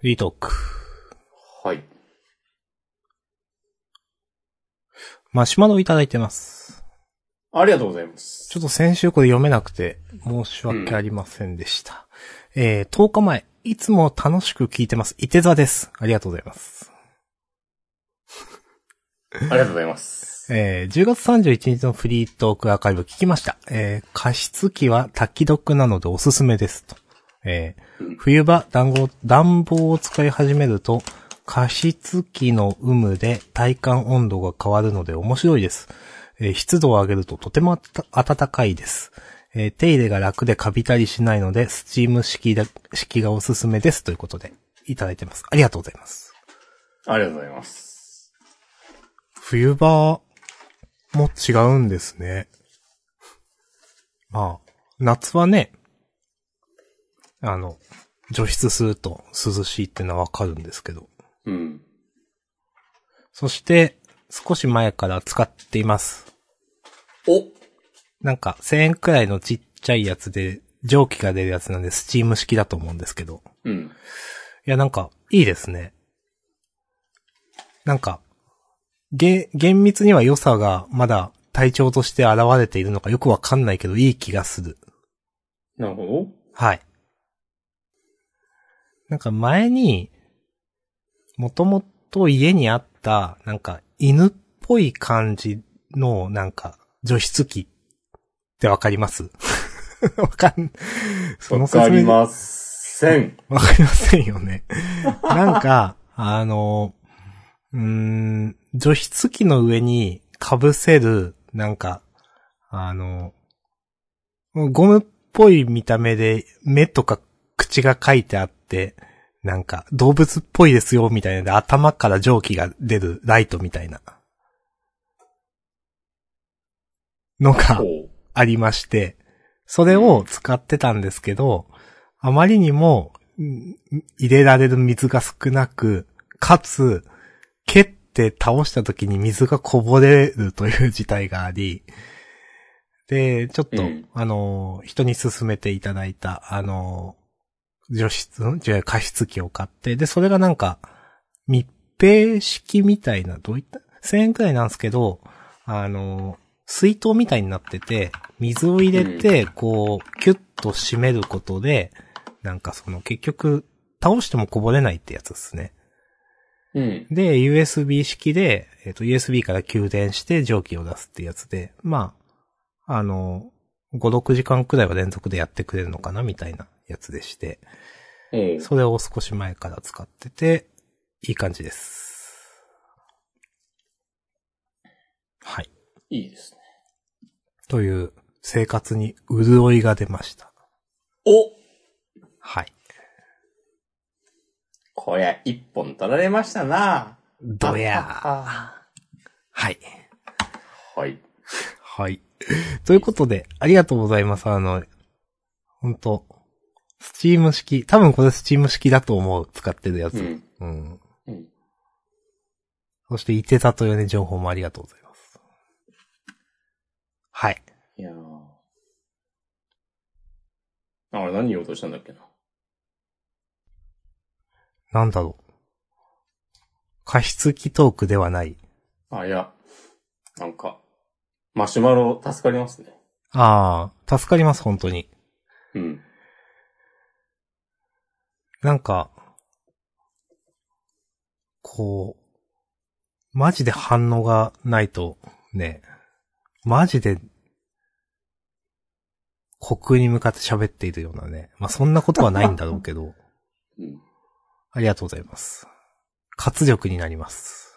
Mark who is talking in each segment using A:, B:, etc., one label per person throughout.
A: フリートーク。
B: はい。
A: マシュマロいただいてます。
B: ありがとうございます。
A: ちょっと先週これ読めなくて申し訳ありませんでした。えー、10日前、いつも楽しく聞いてます。いて座です。ありがとうございます。
B: ありがとうございます。
A: えー、10月31日のフリートークアーカイブ聞きました。えー、加湿器は滝毒なのでおすすめですと。えー、冬場暖房、暖房を使い始めると、加湿器の有無で体感温度が変わるので面白いです。えー湿度を上げるととてもあた暖かいです。えー手入れが楽でカビたりしないので、スチーム式だ、式がおすすめですということで、いただいてます。ありがとうございます。
B: ありがとうございます。
A: 冬場も違うんですね。まあ、夏はね、あの、除湿すると涼しいってのはわかるんですけど。
B: うん。
A: そして、少し前から使っています。
B: お
A: なんか、1000円くらいのちっちゃいやつで、蒸気が出るやつなんで、スチーム式だと思うんですけど。
B: うん。
A: いや、なんか、いいですね。なんか、げ、厳密には良さがまだ体調として現れているのかよくわかんないけど、いい気がする。
B: なるほ
A: はい。なんか前に、もともと家にあった、なんか犬っぽい感じの、なんか、除湿器ってわかります わかん、そ
B: ど。
A: の
B: わ
A: 説明
B: かりません。
A: わかりませんよね。なんか、あの、うーん、除湿器の上に被せる、なんか、あの、ゴムっぽい見た目で目とか口が書いてあって、なんか動物っぽいですよみたいなので頭から蒸気が出るライトみたいなのが
B: ほう
A: ありまして、それを使ってたんですけど、あまりにもん入れられる水が少なく、かつ、蹴って倒した時に水がこぼれるという事態があり、で、ちょっと、
B: うん
A: あの、人に勧めていただいた、あの、除湿、ん違う、加湿器を買って、で、それがなんか、密閉式みたいな、どういった、1000円くらいなんですけど、あの、水筒みたいになってて、水を入れて、こう、キュッと締めることで、なんかその、結局、倒してもこぼれないってやつですね。
B: うん。
A: で、USB 式で、えっ、と、USB から給電して蒸気を出すってやつで、まあ、あの、5、6時間くらいは連続でやってくれるのかな、みたいなやつでして、
B: おう
A: それを少し前から使ってて、いい感じです。はい。
B: いいですね。
A: という、生活に潤いが出ました。
B: お
A: はい。
B: こりゃ一本取られましたな。
A: どやー。
B: あ
A: はい。
B: はい。
A: はい。ということで、ありがとうございます。あの、ほんと、スチーム式、多分これスチーム式だと思う、使ってるやつ。
B: うん。
A: うん。
B: うん。
A: そして、いてたというね、情報もありがとうございます。はい。
B: いやーあれ何言おうとしたんだっけな。
A: なんだろう。加湿器トークではない。
B: あ、いや、なんか、マシュマロ助かりますね。
A: ああ、助かります、本当に。
B: うん。
A: なんか、こう、マジで反応がないと、ね、マジで、虚空に向かって喋っているようなね。まあ、そんなことはないんだろうけ ど、
B: うん。
A: ありがとうございます。活力になります。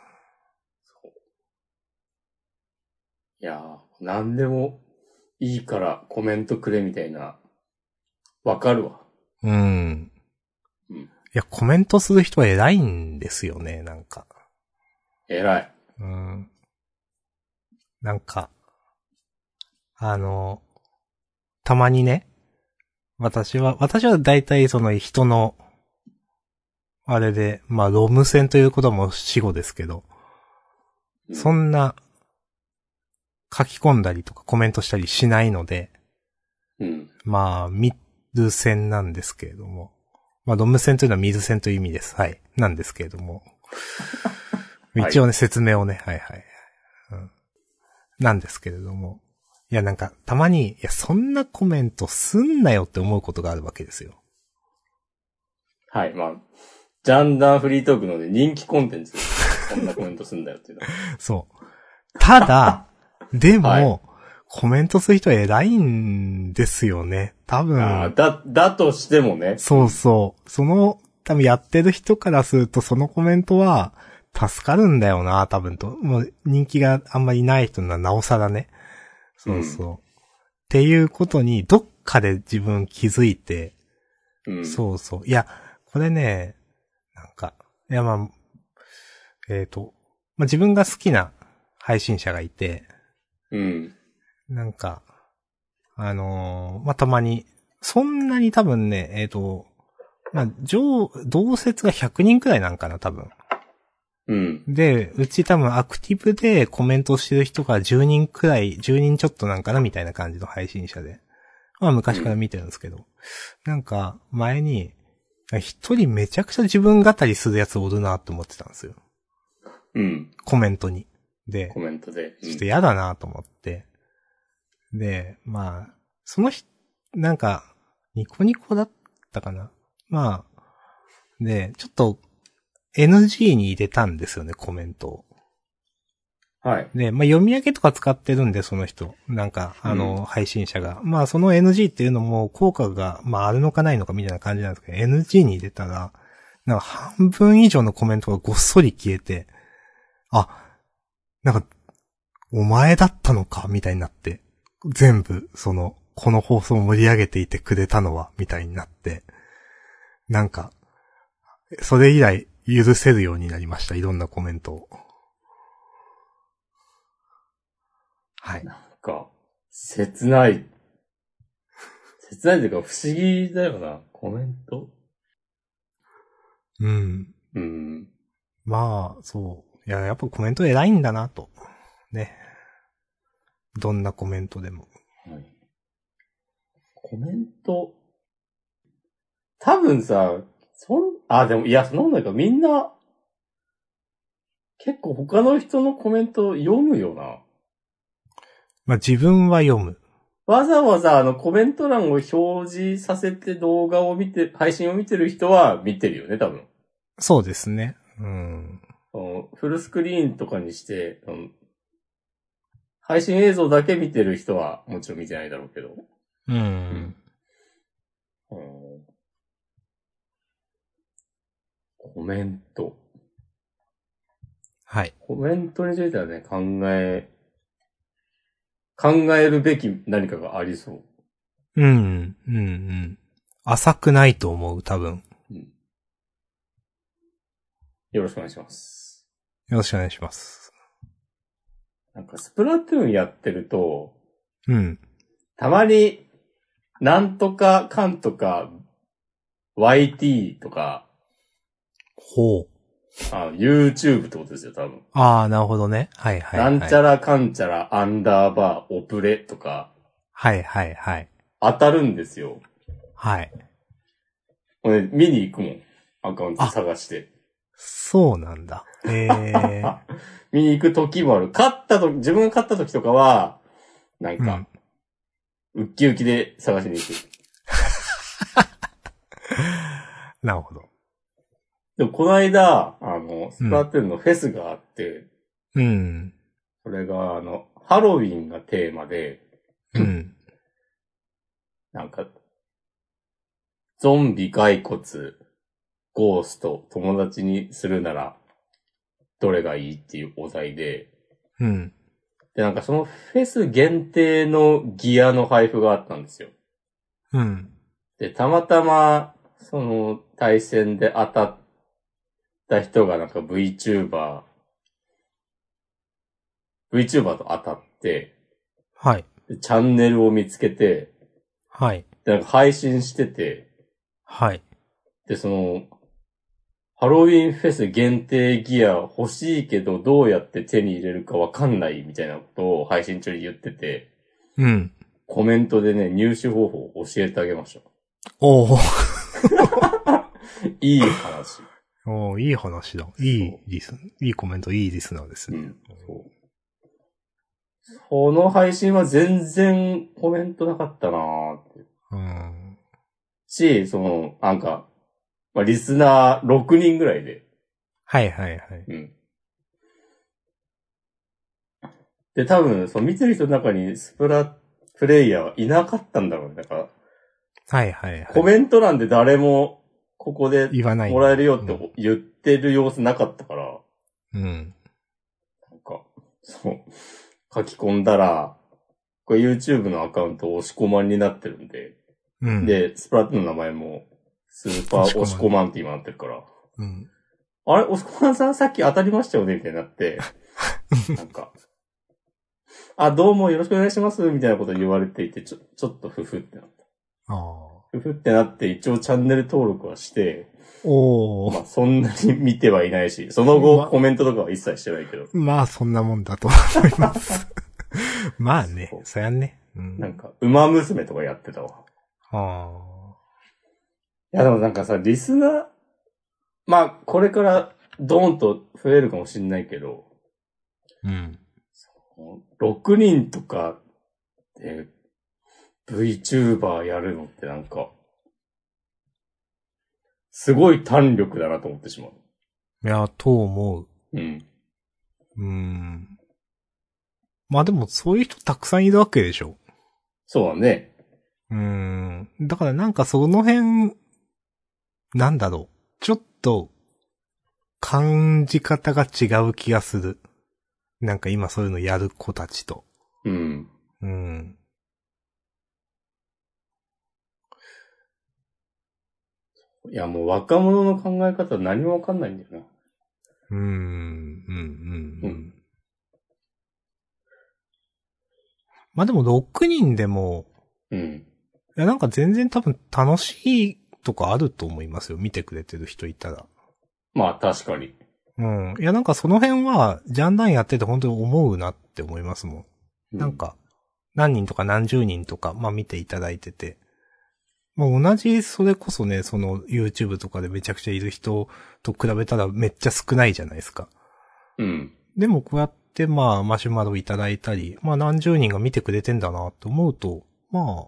B: いやー、なんでもいいからコメントくれみたいな、わかるわ。
A: うん。
B: うん
A: いや、コメントする人は偉いんですよね、なんか。
B: 偉い。
A: うん。なんか、あの、たまにね、私は、私は大体その人の、あれで、まあ、ロム線ということも死後ですけど、
B: うん
A: そんな、書き込んだりとかコメントしたりしないので、
B: うん。
A: まあ、見る線なんですけれども、まあ、ドム線というのは水線という意味です。はい。なんですけれど も。
B: はい
A: 一応ね、説明をね、はいはい。うん。なんですけれども。いや、なんか、たまに、いや、そんなコメントすんなよって思うことがあるわけですよ。
B: はい、まあ、ジャンダンフリートークのね、人気コンテンツです。こんなコメントすんだよっていうのは。
A: そう。た だ、でも、
B: はい
A: コメントする人は偉いんですよね。多
B: あ
A: 分
B: ー。だ、だとしてもね。
A: そうそう。その、多分やってる人からすると、そのコメントは、助かるんだよな、多分と。もう、人気があんまりない人なら、なおさらね。そうそう。っていうことに、どっかで自分気づいて、
B: うん。
A: そうそう。いや、これね、なんか、いやまあ、えっ、と、まあ、自分が好きな配信者がいて、
B: うん。
A: なんか、あのーまあ、たまに、そんなに多分ね、えっ、と、まあ、上、同説が100人くらいなんかな、多分。
B: うん。
A: で、うち多分アクティブでコメントしてる人が10人くらい、10人ちょっとなんかなみたいな感じの配信者で。まあ昔から見てるんですけど。なんか前に、一人めちゃくちゃ自分語りするやつおるなって思ってたんですよ。
B: うん。
A: コメントに。で、
B: コメントで。うん
A: ちょっと嫌だなと思って。で、まあ、その日、なんか、ニコニコだったかな。まあ、で、ちょっと NG に入れたんですよね、コメントを。
B: はい。
A: で、まあ、読み上げとか使ってるんで、その人。なんか、あの、配信者が。まあ、その NG っていうのも効果が、まあ、あるのかないのかみたいな感じなんですけど、NG に出たら、なんか半分以上のコメントがごっそり消えて、あ、なんか、お前だったのかみたいになって。全部、その、この放送を盛り上げていてくれたのは、みたいになって。なんか、それ以来、許せるようになりました。いろんなコメントを。はい。
B: なんか、切ない。切ないというか不思議だよな。コメント
A: うん。
B: うん。
A: まあ、そう。いや、やっぱコメント偉いんだなと。ね。どんなコメントでも。
B: はい。コメント。多分さ、そん、あ、でも、いや、そんなことないか。みんな、結構他の人のコメントを読むよな。
A: まあ自分は読む。
B: わざわざあのコメント欄を表示させて動画を見て、配信を見てる人は見てるよね、多分。
A: そうですね。うん。
B: あのフルスクリーンとかにして、あの配信映像だけ見てる人はもちろん見てないだろうけど。
A: うん。
B: うんコメント。
A: はい。
B: コメントについてはね、考え、考えるべき何かがありそう。
A: うん。うん。うん。浅くないと思う、多分。
B: よろしくお願いします。
A: よろしくお願いします。
B: なんか、スプラトゥーンやってると、
A: うん。
B: たまに、なんとかかんとか、YT とか、
A: ほう。
B: あ YouTube ってことですよ、多分。
A: ああ、なるほどね。はいはい、はい。
B: なんちゃらかんちゃら、アンダーバー、オプレとか、
A: はいはいはい。
B: 当たるんですよ。
A: はい。
B: 俺、見に行くもん。アカウント
A: あ
B: 探して。
A: そうなんだ。え えー。
B: 見に行く時もある。勝った時、自分が勝った時とかは、なんか、ウッキウキで探しに行く。
A: なるほど。
B: でも、この間、あの、スプラトゥーンのフェスがあって、
A: うん。
B: それが、あの、ハロウィンがテーマで、
A: うん。
B: なんか、ゾンビ、骸骨、ゴースト、友達にするなら、どれがいいっていうお題で、
A: うん。
B: で、なんかそのフェス限定のギアの配布があったんですよ。
A: うん。
B: で、たまたま、その、対戦で当たった人がなんか VTuber、VTuber と当たって、
A: はい。
B: でチャンネルを見つけて、
A: はい。
B: で、なんか配信してて、
A: はい。
B: で、その、ハロウィンフェス限定ギア欲しいけどどうやって手に入れるかわかんないみたいなことを配信中に言ってて、
A: うん。
B: コメントでね、入手方法を教えてあげましょ
A: おお。
B: いい話。
A: おーいい話だ。いいリス、いいコメント、いいリスナーです
B: う
A: ね。
B: ん。そう。その配信は全然コメントなかったなーって。
A: うん。
B: し、その、なんか、まあ、リスナー6人ぐらいで。
A: はいはいはい。
B: うん。で、多分、その見てる人の中にスプラプレイヤーはいなかったんだろうね。だから、
A: はいはいはい。
B: コメント欄で誰もここで
A: 言わない。
B: もらえるよって言ってる様子なかったから、
A: うん。
B: なんか、そう、書き込んだら、これ YouTube のアカウント押し込まんになってるんで、
A: うん。、
B: で、スプラトゥーンの名前も、スーパー押し込まんって今なってるから、
A: うん。
B: あれ、押し込まんさんさっき当たりましたよねみたいにな って、なんか、あ、どうもよろしくお願いしますみたいなこと言われていて、ちょ、ちょっとふふってなった。
A: ああ。
B: ふふってなって、一応チャンネル登録はして、
A: お
B: ま
A: ー。
B: あそんなに見てはいないし、その
A: う
B: 後
A: わ
B: コメントとかは一切してないけど、
A: まあ、そんなもんだと思います。 まあね
B: そう、
A: そやね。うん。
B: なんか、馬娘とかやってたわ。
A: あ
B: いやでもなんかさ、リスナー、まあこれからドーンと増えるかもしんないけど、
A: あ。うん。
B: 6人とかで VTuber やるのってなんか、すごい弾力だなと思ってしまう。
A: いや、と思う。
B: うん。
A: うん。まあでも、そういう人たくさんいるわけでしょ。
B: そうだね。
A: うん。だからなんかその辺、なんだろう。ちょっと、感じ方が違う気がする。なんか今そういうのやる子たちと。
B: うん。
A: うん。
B: いやもう若者の考え方何もわかんないんだよな。
A: うん、うん、うん。う
B: うんん、
A: まあでも6人でも、
B: うん。
A: いやなんか全然多分楽しいとかあると思いますよ。見てくれてる人いたら。
B: まあ確かに。
A: うん。いやなんかその辺は、ジャンダンやってて本当に思うなって思いますもん。
B: う
A: なん。か、何人とか何十人とか、まあ見ていただいてて。まあ同じ、それこそね、その YouTube とかでめちゃくちゃいる人と比べたらめっちゃ少ないじゃないですか。
B: うん。
A: でもこうやってまあマシュマロいただいたり、まあ何十人が見てくれてんだなと思うと、まあ、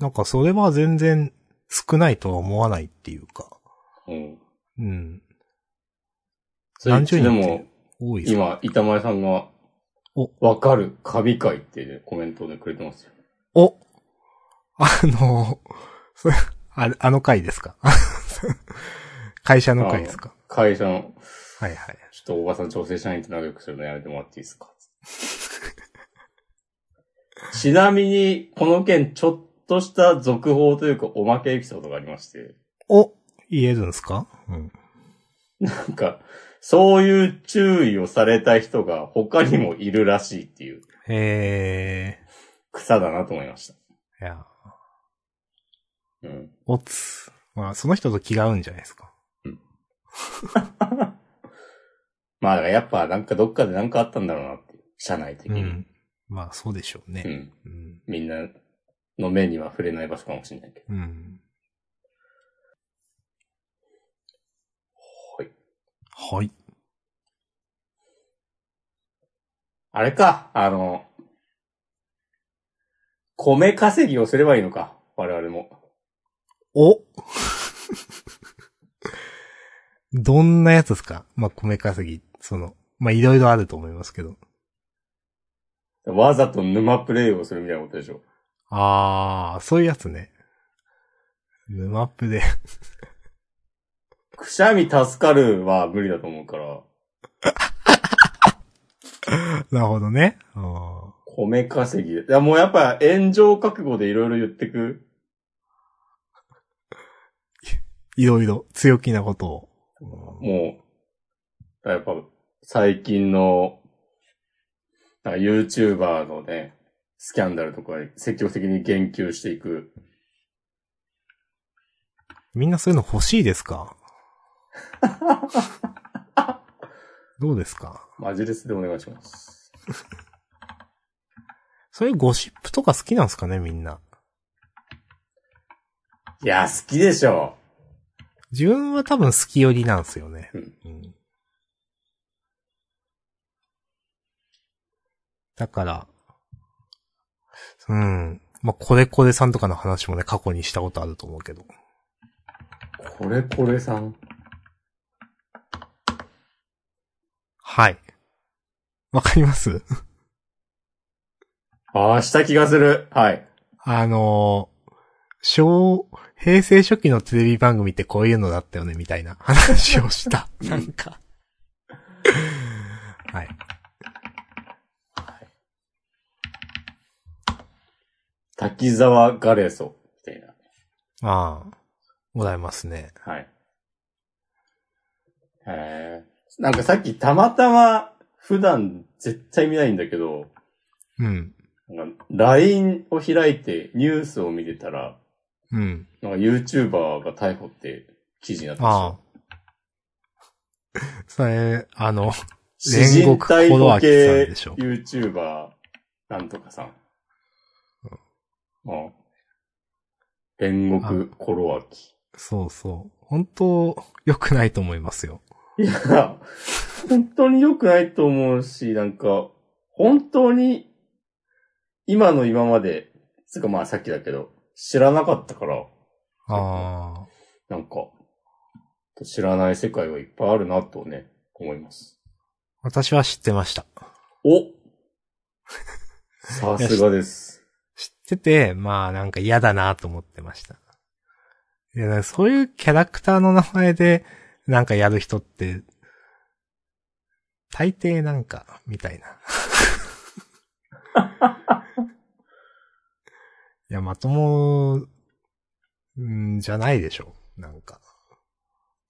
A: なんかそれは全然少ないとは思わないっていうか、
B: うん。
A: うん、
B: それ
A: 何十
B: で
A: 人って
B: も、
A: 多いです。
B: 今、板前さんが、
A: お
B: わかる、神回ってね、コメントでくれてますよ。
A: おあの、 それ、ああの回ですか 会社の回ですか
B: 会社の、
A: はいはい。
B: ちょっとおばさん調整社員と仲良くするのやめてもらっていいですか ちなみに、この件、ちょっとした続報というか、おまけエピソードがありまして、
A: お言えるんですかうん。
B: なんか、そういう注意をされた人が他にもいるらしいっていう
A: え
B: 草だなと思いました。
A: ー、いや、
B: うん。
A: おつ。まあ、その人と気が合うんじゃないですか。
B: まあ、だからやっぱ、なんかどっかでなんかあったんだろうなっていう、社内的
A: う
B: に。
A: ん。まあ、そうでしょう
B: う
A: ね。
B: ん
A: うん。
B: みんなの目には触れない場所かもしれないけど。
A: うん。
B: はい。
A: はい。
B: あれか、あの、米稼ぎをすればいいのか、我々も。
A: お どんなやつですかまあ、米稼ぎ、その、まあ、いろいろあると思いますけど。
B: わざと沼プレイをするみたいなことでしょ。
A: あー、そういうやつね。沼プで。
B: くしゃみ助かるは無理だと思うから、
A: なるほどね。あ
B: 米稼ぎ。いや、もうやっぱ炎上覚悟でいろいろ言ってく。
A: ーいろいろ強気なことを。うん
B: もう、やっぱ最近の、なんか YouTuber のね、スキャンダルとかに積極的に言及していく。
A: みんなそういうの欲しいです かどうですか
B: マジレスでお願いします。
A: そういうゴシップとか好きなんですかね、みんな。
B: いや、好きでしょ。
A: 自分は多分好き寄りなんですよね。
B: うん
A: だから、うん。まあ、これこれさんとかの話もね、過去にしたことあると思うけど。
B: これこれさん。
A: はい。わかります
B: ああ、した気がする。はい。
A: あのー昭、平成初期のテレビ番組ってこういうのだったよね、みたい な話をした。
B: うん
A: なんか。はい。
B: 滝沢ガレソ。みたいな。
A: ああ、もらえますね。
B: はい。へえ。なんかさっきたまたま普段絶対見ないんだけど、
A: うん。
B: なんか LINE を開いてニュースを見てたら、
A: うん。
B: なんか YouTuber が逮捕って記事になって
A: あ
B: ま
A: あ。 それ、あの、
B: した。詩人逮捕
A: 煉獄コロアキさん
B: 系
A: でしょ
B: YouTuber なんとかさん。うん。煉獄コロアキ。
A: そうそう。本当、良くないと思いますよ。
B: いや、本当に良くないと思うし、なんか、本当に、今の今まで、つうかまあさっきだけど、知らなかったから、
A: あ
B: なんか、知らない世界はいっぱいあるなとね、思います。
A: あ。私は知ってました。
B: おさすがです。
A: 知ってて、まあなんか嫌だなと思ってました。いや、なんかそういうキャラクターの名前でなんかやる人って、大抵なんか、みたいな。いや、まとも、んじゃないでしょ。なんか。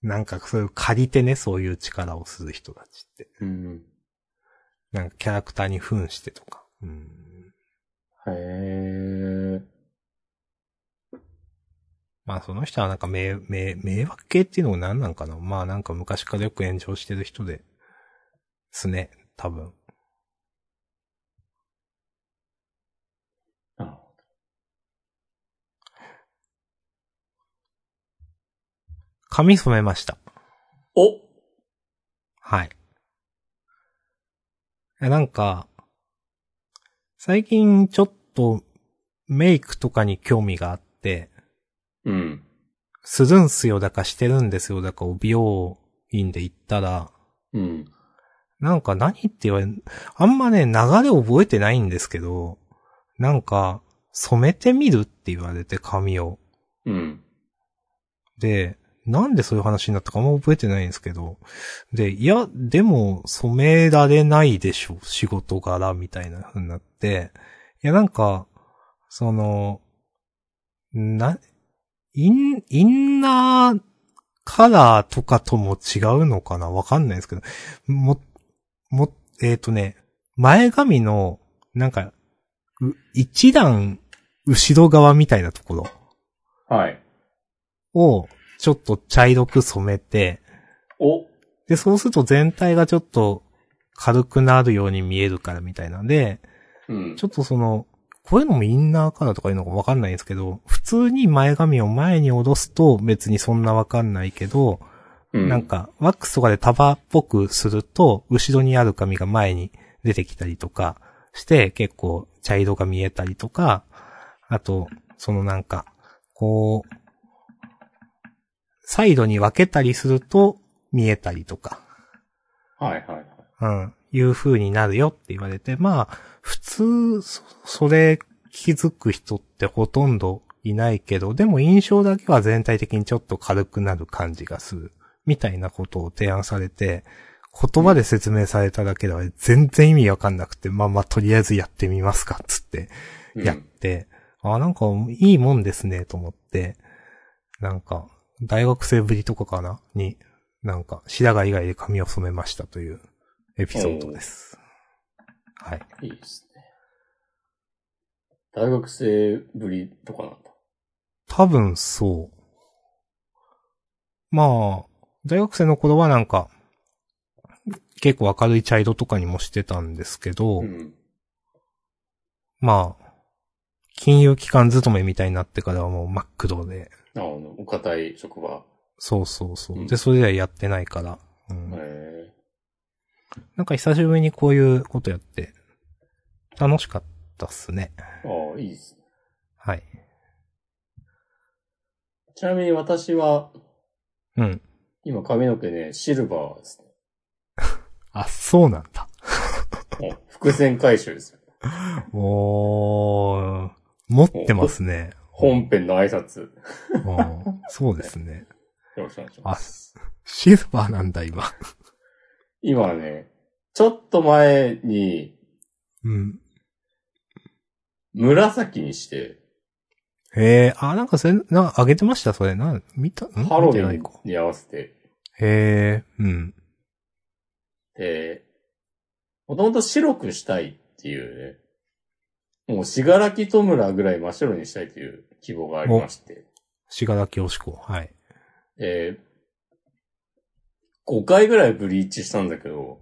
A: なんか、そういう借りてね、そういう力をする人たちって。
B: うん。
A: なんかキャラクターに扮してとか。うん。
B: へえ。
A: まあその人はなんか迷、迷、迷惑系っていうのも何なんかなまあなんか昔からよく炎上してる人で、すね、多分。
B: なるほ
A: 髪染めました。
B: どお
A: はい。いやなんか、最近ちょっとメイクとかに興味があって、
B: うん。
A: するんすよだかしてるんですよだかを美容院で行ったら、
B: うん。
A: なんか何って言われ、あんまね、流れ覚えてないんですけど、なんか、染めてみるって言われて髪を。
B: うん。
A: で、なんでそういう話になったかあんま覚えてないんですけど、で、いや、でも染められないでしょ、仕事柄みたいな風になって、いや、なんか、その、な、イン、インナーカラーとかとも違うのかなわかんないですけど、も、も、えっ、とね、前髪の、なんか、う一段、後ろ側みたいなところ。
B: はい。
A: をちょっと茶色く染めて、
B: お
A: で、そうすると全体がちょっと軽くなるように見えるからみたいなんで、
B: うん。
A: ちょっとその、こういうのもインナーカラーとかいうのかわかんないんですけど、普通に前髪を前に下ろすと別にそんなわかんないけど、
B: う
A: なん。かワックスとかで束っぽくすると、後ろにある髪が前に出てきたりとかして、結構茶色が見えたりとか、あと、そのなんか、こう、サイドに分けたりすると見えたりとか、
B: はいはいはい。
A: うん、いう風になるよって言われて、まあ、普通、そそれ気づく人ってほとんどいないけど、でも印象だけは全体的にちょっと軽くなる感じがする、みたいなことを提案されて、言葉で説明されただけでは全然意味わかんなくて、まあまあとりあえずやってみますか、つって
B: うん
A: やって、あ、なんかいいもんですね、と思って、なんか、大学生ぶりとかかなに、なんか、白髪以外で髪を染めましたというエピソードです。はい。
B: いいですね。大学生ぶりとかなんだ。
A: 多分そう。まあ、大学生の頃はなんか、結構明るい茶色とかにもしてたんですけど、
B: うん。
A: まあ、金融機関勤めみたいになってからはもう真っ黒で、
B: あの、お堅い職場。
A: そうそうそうう。
B: ん
A: で、それじゃやってないから。うん。
B: え
A: なんか久しぶりにこういうことやって、楽しかったっすね。
B: ー、ああ、いいですね。
A: はい。
B: ちなみに私は、
A: うん。
B: 今髪の毛ね、シルバーです
A: あ、そうなんだ。
B: ね。もう伏線回収ですよ。
A: おー、持ってますね。
B: 本編の挨拶、よ
A: うんそうですね。
B: ろしくお願いしま
A: あ
B: す。、
A: シルバーなんだ、今。
B: 今ね、ちょっと前に、
A: うん。
B: 紫にして、
A: へえ、あ、なんかそれ、なんかあげてました、それ。なん、見た、ん
B: ハロウ
A: 見てな
B: ィ
A: い
B: ン
A: か
B: に合わせて、
A: へえ、うん。
B: で、もともと白くしたいっていうね、もうしがらきとむらぐらい真っ白にしたいという希望がありまして、
A: しがらきおしこ。はい。
B: え5回ぐらいブリーチしたんだけど、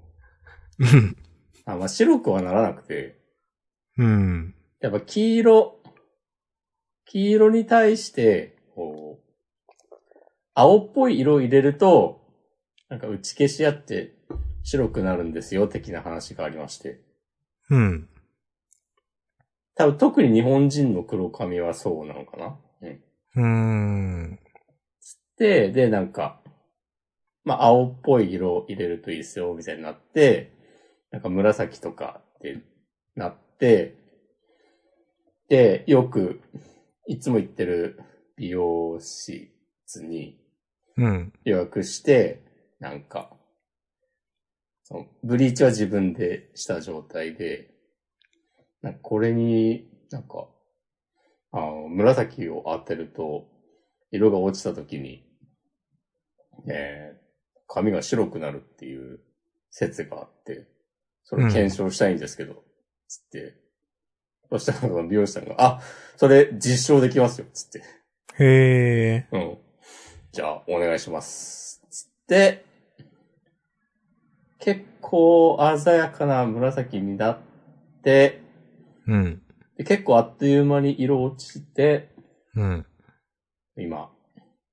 A: うん
B: あまあ、白くはならなくて、
A: うん。
B: やっぱ黄色、黄色に対して、こう、青っぽい色を入れると、なんか打ち消し合って白くなるんですよ、的な話がありまして。
A: うん。
B: 多分特に日本人の黒髪はそうなのかな。うん。
A: うーん。
B: で、で、なんか、まあ、青っぽい色を入れるといいですよ、みたいになって、なんか紫とかってなって、で、よく、いつも行ってる美容室に
A: うん。
B: 予約して、なんか、そのブリーチは自分でした状態で、なんかこれになんか、あの、紫を当てると、色が落ちた時に、えー、髪が白くなるっていう説があって、それ検証したいんですけど、つって、そしたらその美容師さんが、あ、それ実証できますよ、つって。
A: へえ、
B: うん。じゃあ、お願いします。つって、結構鮮やかな紫になって、
A: うん。
B: で結構あっという間に色落ちて、
A: うん。
B: 今、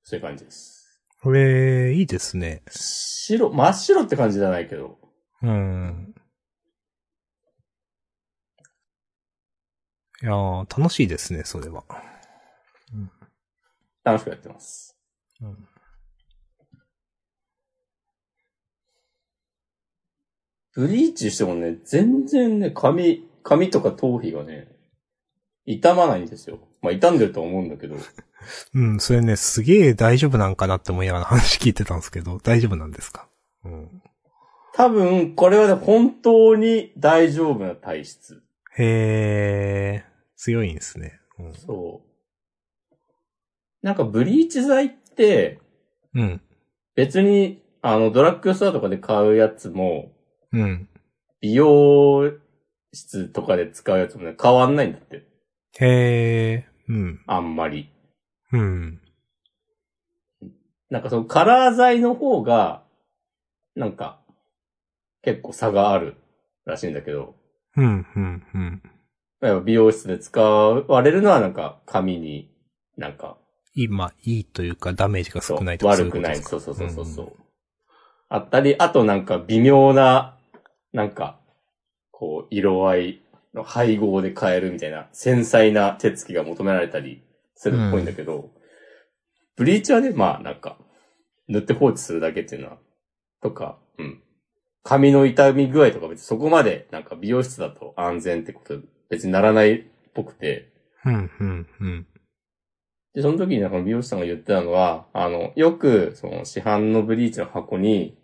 B: そういう感じです。
A: これ、いいですね。
B: 白、真っ白って感じじゃないけど、
A: うん。いやー、楽しいですね、それは。
B: 楽しくやってます。
A: うん。
B: ブリーチしてもね、全然ね、髪、髪とか頭皮がね、傷まないんですよ。まあ、傷んでるとは思うんだけど、
A: うん、それね、すげえ大丈夫なんかなって思いながら話聞いてたんですけど、大丈夫なんですかうん。
B: 多分、これはね、本当に大丈夫な体質。
A: へえ、強いんですね。うん
B: そう。なんかブリーチ剤って、
A: うん。
B: 別に、あの、ドラッグストアとかで買うやつも、
A: うん。
B: 美容室とかで使うやつもね、変わんないんだって。
A: へえ、うん。
B: あんまり。
A: うん。
B: なんかそのカラー剤の方が、なんか、結構差があるらしいんだけど、
A: うん、うん、うん。
B: やっぱ美容室で使われるのはなんか髪に、なんか
A: 今、いいというか、ダメージが
B: そ
A: 少
B: う
A: ないとか
B: 悪くない。
A: そ
B: そうう
A: い
B: そうう
A: こ
B: そ
A: と
B: う
A: です
B: そ
A: か
B: うそう、あったり、あとなんか微妙な、なんか、こう、色合いの配合で変えるみたいな、繊細な手つきが求められたりするっぽいんだけど、ブリーチはね、まあなんか、塗って放置するだけっていうのは、とか、うん。髪の痛み具合とか別にそこまで、なんか美容室だと安全ってこと、別にならないっぽくて、
A: うん、うん、うん。
B: で、その時になんか美容師さんが言ってたのは、あの、よく、その市販のブリーチの箱に、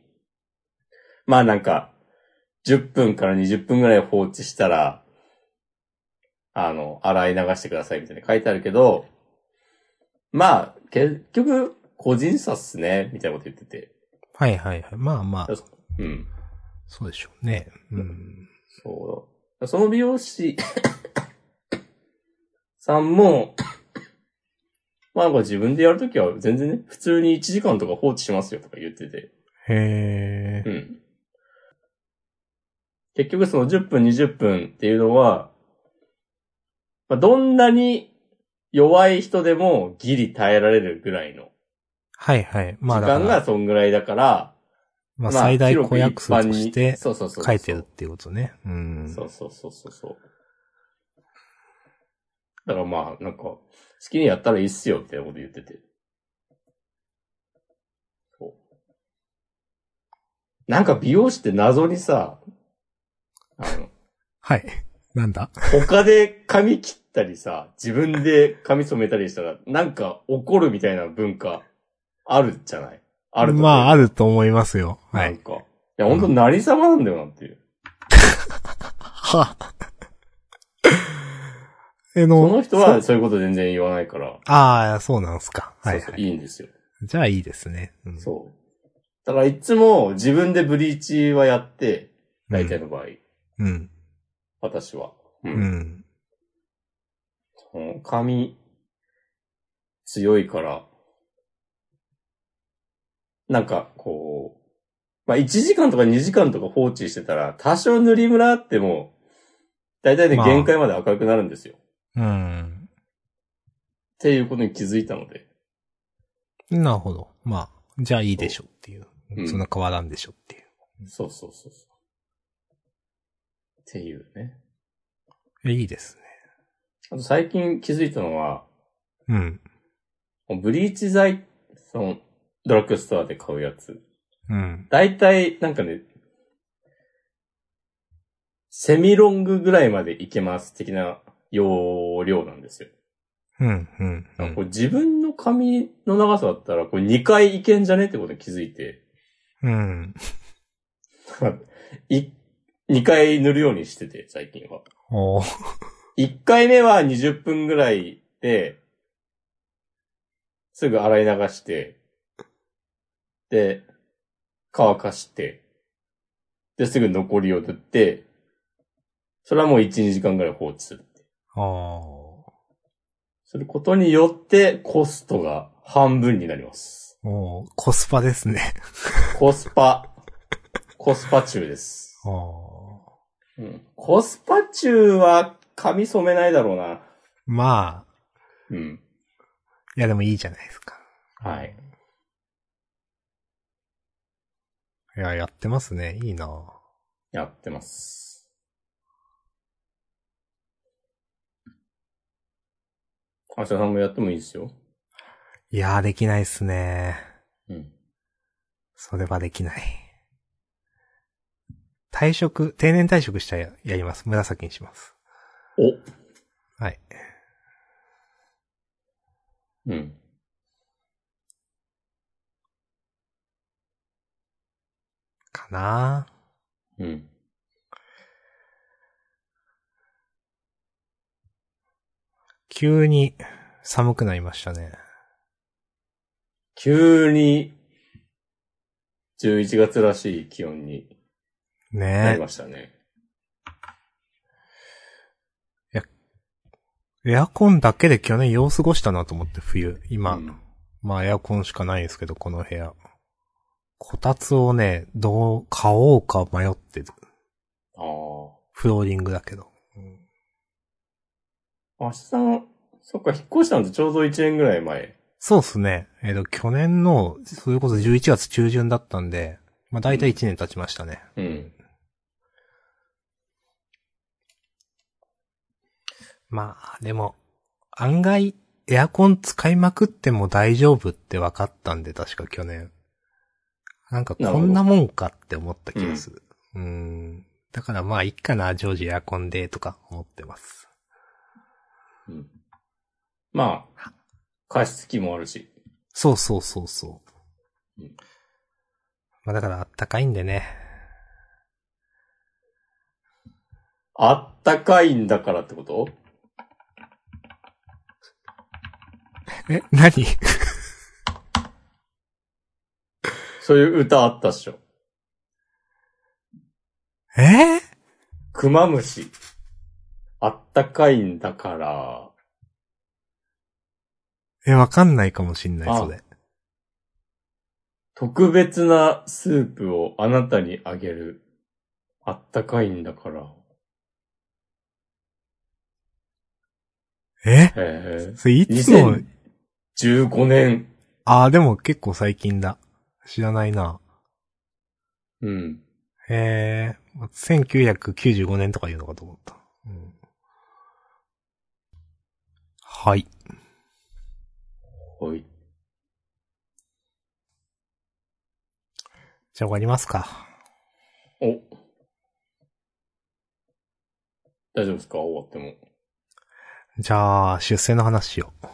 B: まあなんか、10分から20分ぐらい放置したら、あの、洗い流してくださいみたいな書いてあるけど、まあ、結局、個人差っすね、みたいなこと言ってて。
A: はい、はい、はい。まあまあ、
B: うん。
A: そうでしょうね。うん。
B: そう。その美容師さんも、まあなんか自分でやるときは全然ね、普通に1時間とか放置しますよとか言ってて。
A: へ
B: う
A: え。
B: ん。結局その10分20分っていうのは、まあ、どんなに弱い人でもギリ耐えられるぐらいの
A: はいはい。まあ
B: 時
A: だか
B: 間が
A: ら、
B: そんぐらいだから、
A: まあ最大
B: 広
A: 公
B: く一
A: 約数
B: 般
A: と
B: に
A: して
B: そうそうそうそう
A: 書いてるっていうことね。うん。
B: そうそうそうそうそう。だからまあ、なんか、好きにやったらいいっすよ、みたいなこと言ってて。そう。なんか美容師って謎にさ、あの、
A: はい。なんだ
B: 他で髪切ったりさ、自分で髪染めたりしたら、なんか怒るみたいな文化、あるじゃないあると思う
A: まあ、あると思いますよ。は
B: なん
A: い。
B: か。いや、ほんと、何様なんだよなっていう。
A: はあ え
B: そ
A: の、
B: の人はそういうこと全然言わないから、
A: ああ、そうなんすか。はい、
B: そう
A: は
B: そう
A: い。
B: いいんですよ。
A: じゃあいいですね。うん
B: そう。だからいつも自分でブリーチはやって、大体の場合、
A: うん。
B: 私は。う
A: う。ん。
B: その髪、強いから、なんかこう、まあ1時間とか2時間とか放置してたら、多少塗りムラあっても、大体ね、
A: まあ
B: 限界まで明るくなるんですよ。
A: うん。
B: っていうことに気づいたので。
A: なるほど。まあ、じゃあいいでしょっていう。
B: うん
A: そんな変わらんでしょっていう。
B: そうそうそうそう。っていうね。
A: えいいですね。
B: あと最近気づいたのは、
A: うん。
B: ブリーチ剤、その、ドラッグストアで買うやつ。
A: うん。
B: だいたい、なんかね、セミロングぐらいまでいけます的な容量なんですよ。
A: うん。うん。う
B: こ
A: ん
B: れ自分の髪の長さだったら、これ2回いけんじゃねってことに気づいて、
A: うん。
B: い2回塗るようにしてて、最近は。
A: おー
B: 1回目は20分ぐらいで、すぐ洗い流して、で、乾かして、で、すぐ残りを塗って、それはもう1、2時間ぐらい放置する。
A: お
B: することによって、コストが半分になります。
A: ーおーコスパですね。
B: コスパ。コスパ中です。
A: おー
B: うん、コスパ中は髪染めないだろうな。
A: まあ、
B: うん。
A: いやでもいいじゃないですか。
B: はい。
A: いや、やってますね。いいなぁ
B: やってます。あしさんもやってもいいですよ。
A: いやー、できないっすね。
B: うん。
A: それはできない。退職、定年退職したらやります。紫にします。
B: お
A: はい。
B: うん。
A: かなぁ
B: うん。
A: 急に寒くなりましたね。
B: 急に、11月らしい気温にな
A: ね
B: りましたね。
A: え。エアコンだけで去年よう過ごしたなと思って、冬。今、
B: うん
A: まあエアコンしかないですけど、この部屋。こたつをね、どう、買おうか迷ってる。
B: ああ。
A: フローリングだけど。
B: あしさん、そっか、引っ越したのってちょうど1年ぐらい前。
A: そうっすね。えっ、と、去年の、それこそ11月中旬だったんで、まあ大体1年経ちましたね。
B: うん。
A: まあ、でも、案外、エアコン使いまくっても大丈夫って分かったんで、確か去年。なんか、こんなもんかって思った気がする。うーん。だからまあ、いっかな、常時エアコンで、とか思ってます。
B: うん。まあ、加湿器もあるし。
A: そうそうそうそう
B: うん。
A: まあ、だから、あったかいんでね。
B: あったかいんだからってこと
A: え、何
B: そういう歌あったっしょ。
A: え
B: クマムシ。あったかいんだから。
A: え、わかんないかもしんない、
B: あ
A: それ。
B: 特別なスープをあなたにあげる。あったかいんだから。
A: え
B: へえ。
A: それいつも、
B: 2015年。
A: ああ、でも結構最近だ。知らないな。
B: うん。
A: えー、1995年とか言うのかと思った。うん、はい。
B: はい。
A: じゃあ終わりますか。
B: お。大丈夫ですか終わっても。
A: じゃあ、出世の話しよう。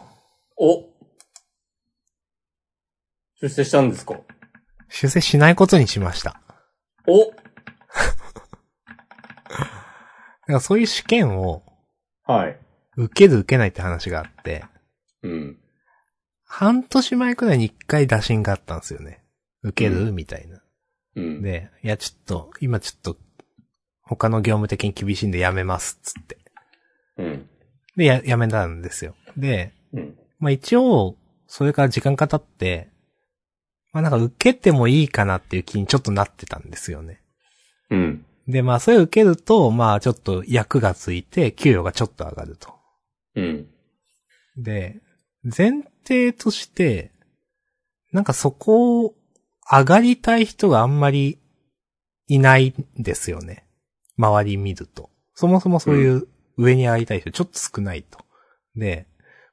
B: お出世したんですか
A: 出世しないことにしました。
B: お
A: だからそういう試験を
B: はい。
A: 受ける受けないって話があって、
B: うん。
A: 半年前くらいに一回打診があったんですよね。受ける、みたいな。
B: うん。
A: で、いや、ちょっと、今ちょっと、他の業務的に厳しいんでやめます、つって。
B: うん。
A: で、や、やめたんですよ。で、
B: うん。
A: まあ一応、それから時間が経って、まあなんか受けてもいいかなっていう気にちょっとなってたんですよね。
B: うん。
A: で、まあそれを受けると、まあちょっと役がついて、給与がちょっと上がると。
B: うん。
A: で、前提として、なんかそこを上がりたい人があんまりいないんですよね。周り見ると。そもそもそういう上に上がりたい人ちょっと少ないと。で、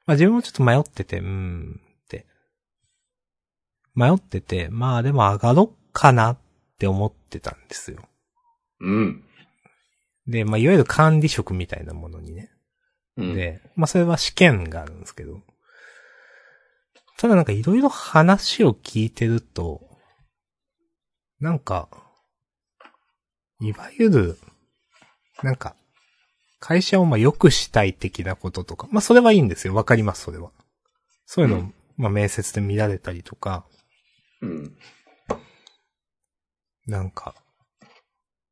A: まあ自分もちょっと迷ってて、うーんって。迷ってて、まあでも上がろっかなって思ってたんですよ。
B: うん。
A: で、まあいわゆる管理職みたいなものにね。
B: うん。
A: で、まあそれは試験があるんですけど。ただなんかいろいろ話を聞いてると、なんか、いわゆる、なんか、会社をまあ良くしたい的なこととか、まあそれはいいんですよ。わかります、それは。そういうの、
B: うん
A: まあ面接で見られたりとか、
B: うん。
A: なんか、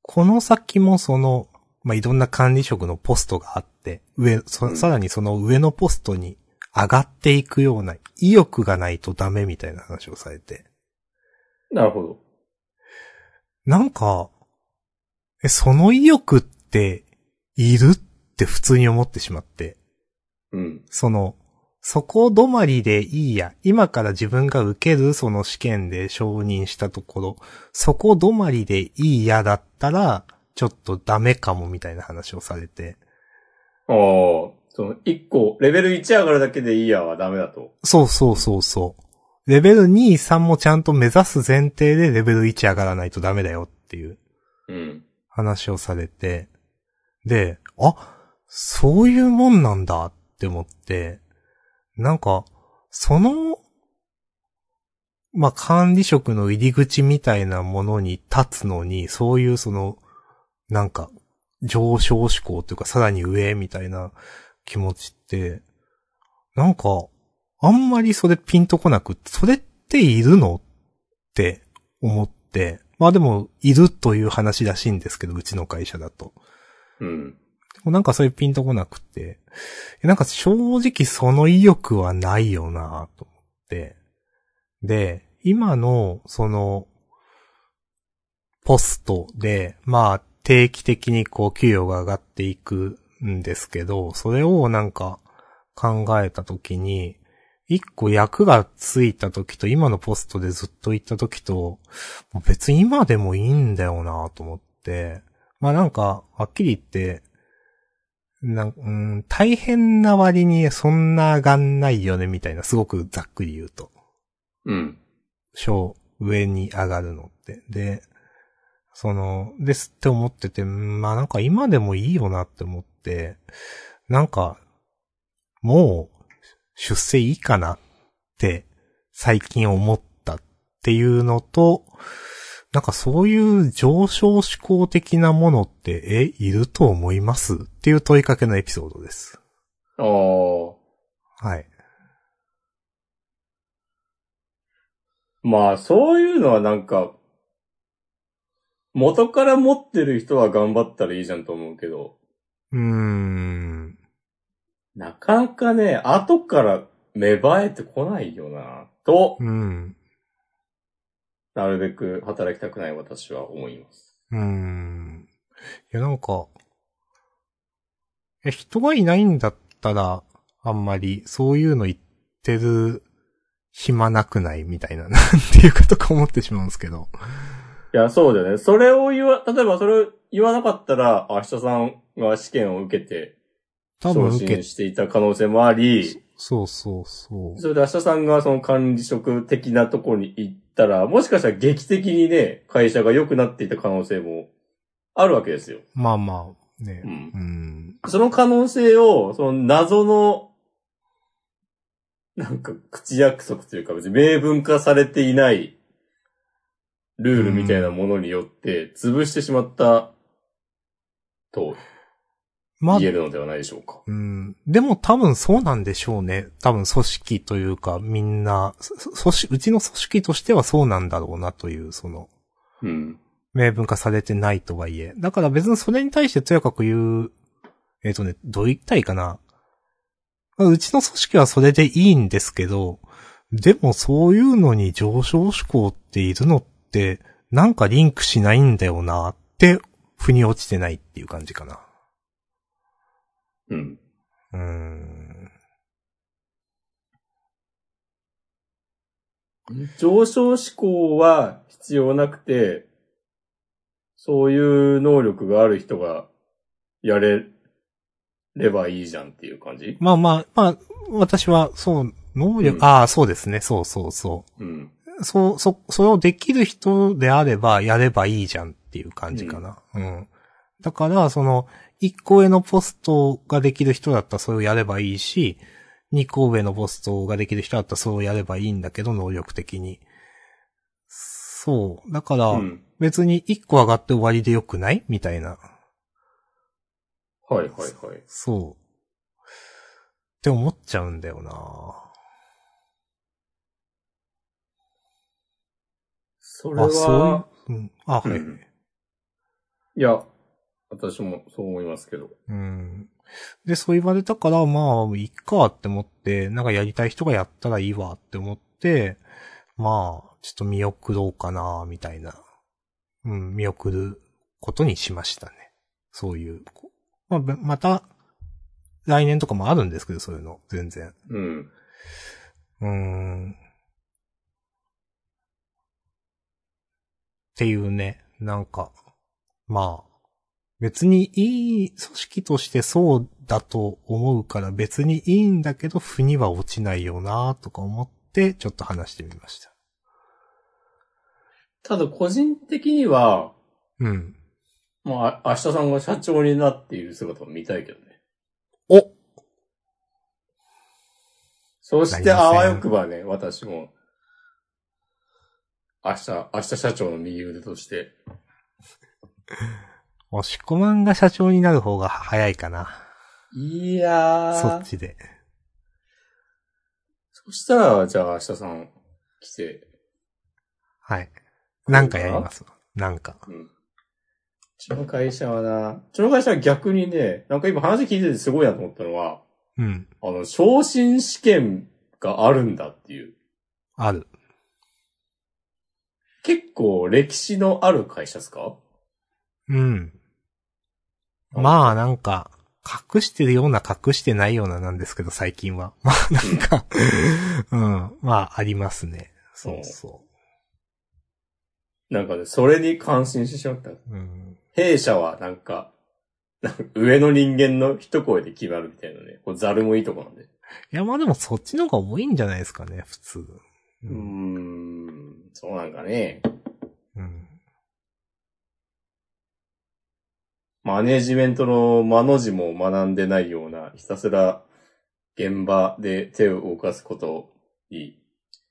A: この先もその、まあ、いろんな管理職のポストがあって、上、そ
B: うん
A: さらにその上のポストに上がっていくような意欲がないとダメみたいな話をされて。
B: なるほど。
A: なんか、え、その意欲って、いるって普通に思ってしまって。
B: うん。
A: その、そこ止まりでいいや。今から自分が受けるその試験で承認したところ、そこ止まりでいいやだったら、ちょっとダメかもみたいな話をされて。
B: ああ、その、一個、レベル1上がるだけでいいやはダメだと。
A: そうそうそうそう。レベル2、3もちゃんと目指す前提でレベル1上がらないとダメだよっていう
B: うん。
A: 話をされて。で、あ、そういうもんなんだって思って、なんか、その、まあ、管理職の入り口みたいなものに立つのに、そういうその、なんか、上昇志向というか、さらに上みたいな気持ちって、なんか、あんまりそれピンとこなくって、それっているのって思って、まあでも、いるという話らしいんですけど、うちの会社だと。
B: うん。
A: でもなんかそういうピンとこなくて、えなんか正直その意欲はないよなぁと思って。で、今の、その、ポストで、まあ、定期的にこう、給与が上がっていくんですけど、それをなんか考えたときに、一個役がついたときと、今のポストでずっと行ったときと、もう別に今でもいいんだよなぁと思って、まあなんか、はっきり言って、なんうん、大変な割にそんな上がんないよねみたいな、すごくざっくり言うと。
B: うん。
A: 小、上に上がるのって。で、その、ですって思ってて、うんまあなんか今でもいいよなって思って、なんか、もう、出世いいかなって、最近思ったっていうのと、なんかそういう上昇志向的なものって、え、いると思いますっていう問いかけのエピソードです。
B: ああ、
A: はい。
B: まあ、そういうのはなんか、元から持ってる人は頑張ったらいいじゃんと思うけど、
A: うーん。
B: なかなかね、後から芽生えてこないよな、と、
A: うん。
B: なるべく働きたくない私は思います。
A: うーん。いや、なんか、いや人がいないんだったら、あんまり、そういうの言ってる暇なくないみたいな、 なんていうかとか思ってしまうんですけど。
B: いや、そうだよね。それを言わ、例えばそれを言わなかったら、明日さんが試験を受けて、
A: 多分
B: 昇
A: 受け
B: 進、していた可能性もあり、
A: そうそうそう。
B: それで明日さんがその管理職的なところに行ったら、もしかしたら劇的にね、会社が良くなっていた可能性もあるわけですよ。
A: まあまあ、ね
B: う。ん
A: う。ん。
B: その可能性を、その謎の、なんか口約束というか別に明文化されていないルールみたいなものによって潰してしまったと
A: まあ
B: 言えるのではないでしょうか。
A: うん。でも多分そうなんでしょうね。多分組織というか、みんな、そそ組織、うちの組織としてはそうなんだろうなという、その、
B: うん。
A: 明文化されてないとはいえ。だから別にそれに対してとやかく言う、えっ、とね、どう言ったらいいかな。うちの組織はそれでいいんですけど、でもそういうのに上昇志向っているのって、なんかリンクしないんだよなって、腑に落ちてないっていう感じかな。
B: うん。
A: うーん。
B: 上昇志向は必要なくて、そういう能力がある人がやれればいいじゃんっていう感じ
A: まあまあ、まあ、私は、そう、能力、
B: うん
A: ああ、そうですね、そうそうそ
B: うん。
A: う。そう、そ、それをできる人であれば、やればいいじゃんっていう感じかな。うん。だから、その、1個上のポストができる人だったらそれをやればいいし、2個上のポストができる人だったらそれをやればいいんだけど、能力的に。そう。だから、
B: うん。
A: 別に1個上がって終わりでよくないみたいな。
B: はいはいはい。
A: そう。って思っちゃうんだよな
B: それは、
A: ういう。うん。あ、はい。
B: うんいや、私もそう思いますけど。
A: うん。で、そう言われたから、まあ、いっかって思って、なんかやりたい人がやったらいいわって思って、まあ、ちょっと見送ろうかな、みたいな。うん、見送ることにしましたね。そういう。こまあ、べまた、来年とかもあるんですけど、そういうの、全然。
B: うん。
A: うーん。っていうね、なんか、まあ、別にいい組織としてそうだと思うから別にいいんだけど、腑には落ちないよなとか思って、ちょっと話してみました。
B: ただ個人的には、
A: うん。
B: まあ、あ明日さんが社長になっている姿を見たいけどね。
A: お
B: そして、
A: なりま
B: あ
A: せん
B: わよくばね、私も、明日、明日社長の右腕として、
A: 押し込まんが社長になる方が早いかな。
B: い
A: そ
B: や
A: っ
B: ー。
A: ちで。
B: そしたら、じゃあ、明日さん来て、
A: はい。なんかやりますわ。なんか。
B: うん。うちの会社はな、うちの会社は逆にね、なんか今話聞いててすごいなと思ったのは、
A: うん。
B: あの、昇進試験があるんだっていう。
A: ある。
B: 結構歴史のある会社ですか
A: うん。まあなんか、隠してるような隠してないようななんですけど、最近は。 まあなんか、うん。まあありますね。そうそ
B: なんかね、それに感心してしまった。
A: う。うん。
B: 弊社はなんか、なんか上の人間の一声で決まるみたいなね。これザルもいいとこなんで。
A: いやまあでもそっちの方が多いんじゃないですかね、普通。
B: う
A: う
B: ー
A: ん。
B: ん、そうなんかね。
A: うん、
B: マネージメントの間の字も学んでないような、ひたすら現場で手を動かすことに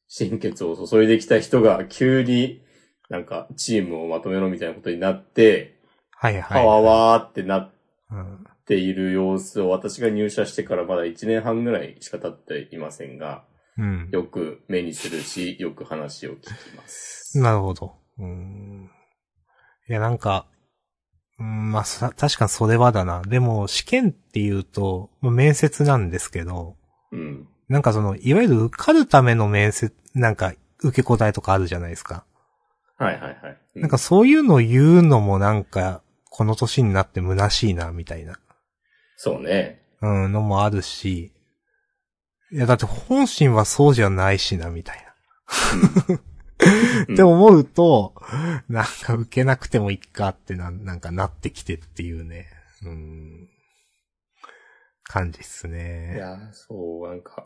B: 心血を注いできた人が急になんかチームをまとめろみたいなことになって、
A: はいはい。
B: パワーワーってなっ
A: うん。
B: ている様子を私が入社してからまだ1年半ぐらいしか経っていませんが、
A: うん。
B: よく目にするし、よく話を聞きます。
A: なるほど。うーん。いや、なんか、うん、まあ、さ確かにそれはだな。でも、試験っていうと、まあ面接なんですけど、
B: うん。
A: なんかその、いわゆる受かるための面接、なんか、受け答えとかあるじゃないですか。
B: はいはいはい。う
A: なんか、そういうのを言うのもなんか、この年になって虚しいな、みたいな、
B: そうね。
A: うん、のもあるし、いや、だって本心はそうじゃないしな、みたい
B: うん
A: な。って思うと、なんか受けなくてもいいかってな、なんかなってきてっていうね。うん。感じっす
B: い
A: ね。
B: やー、そう、なんか、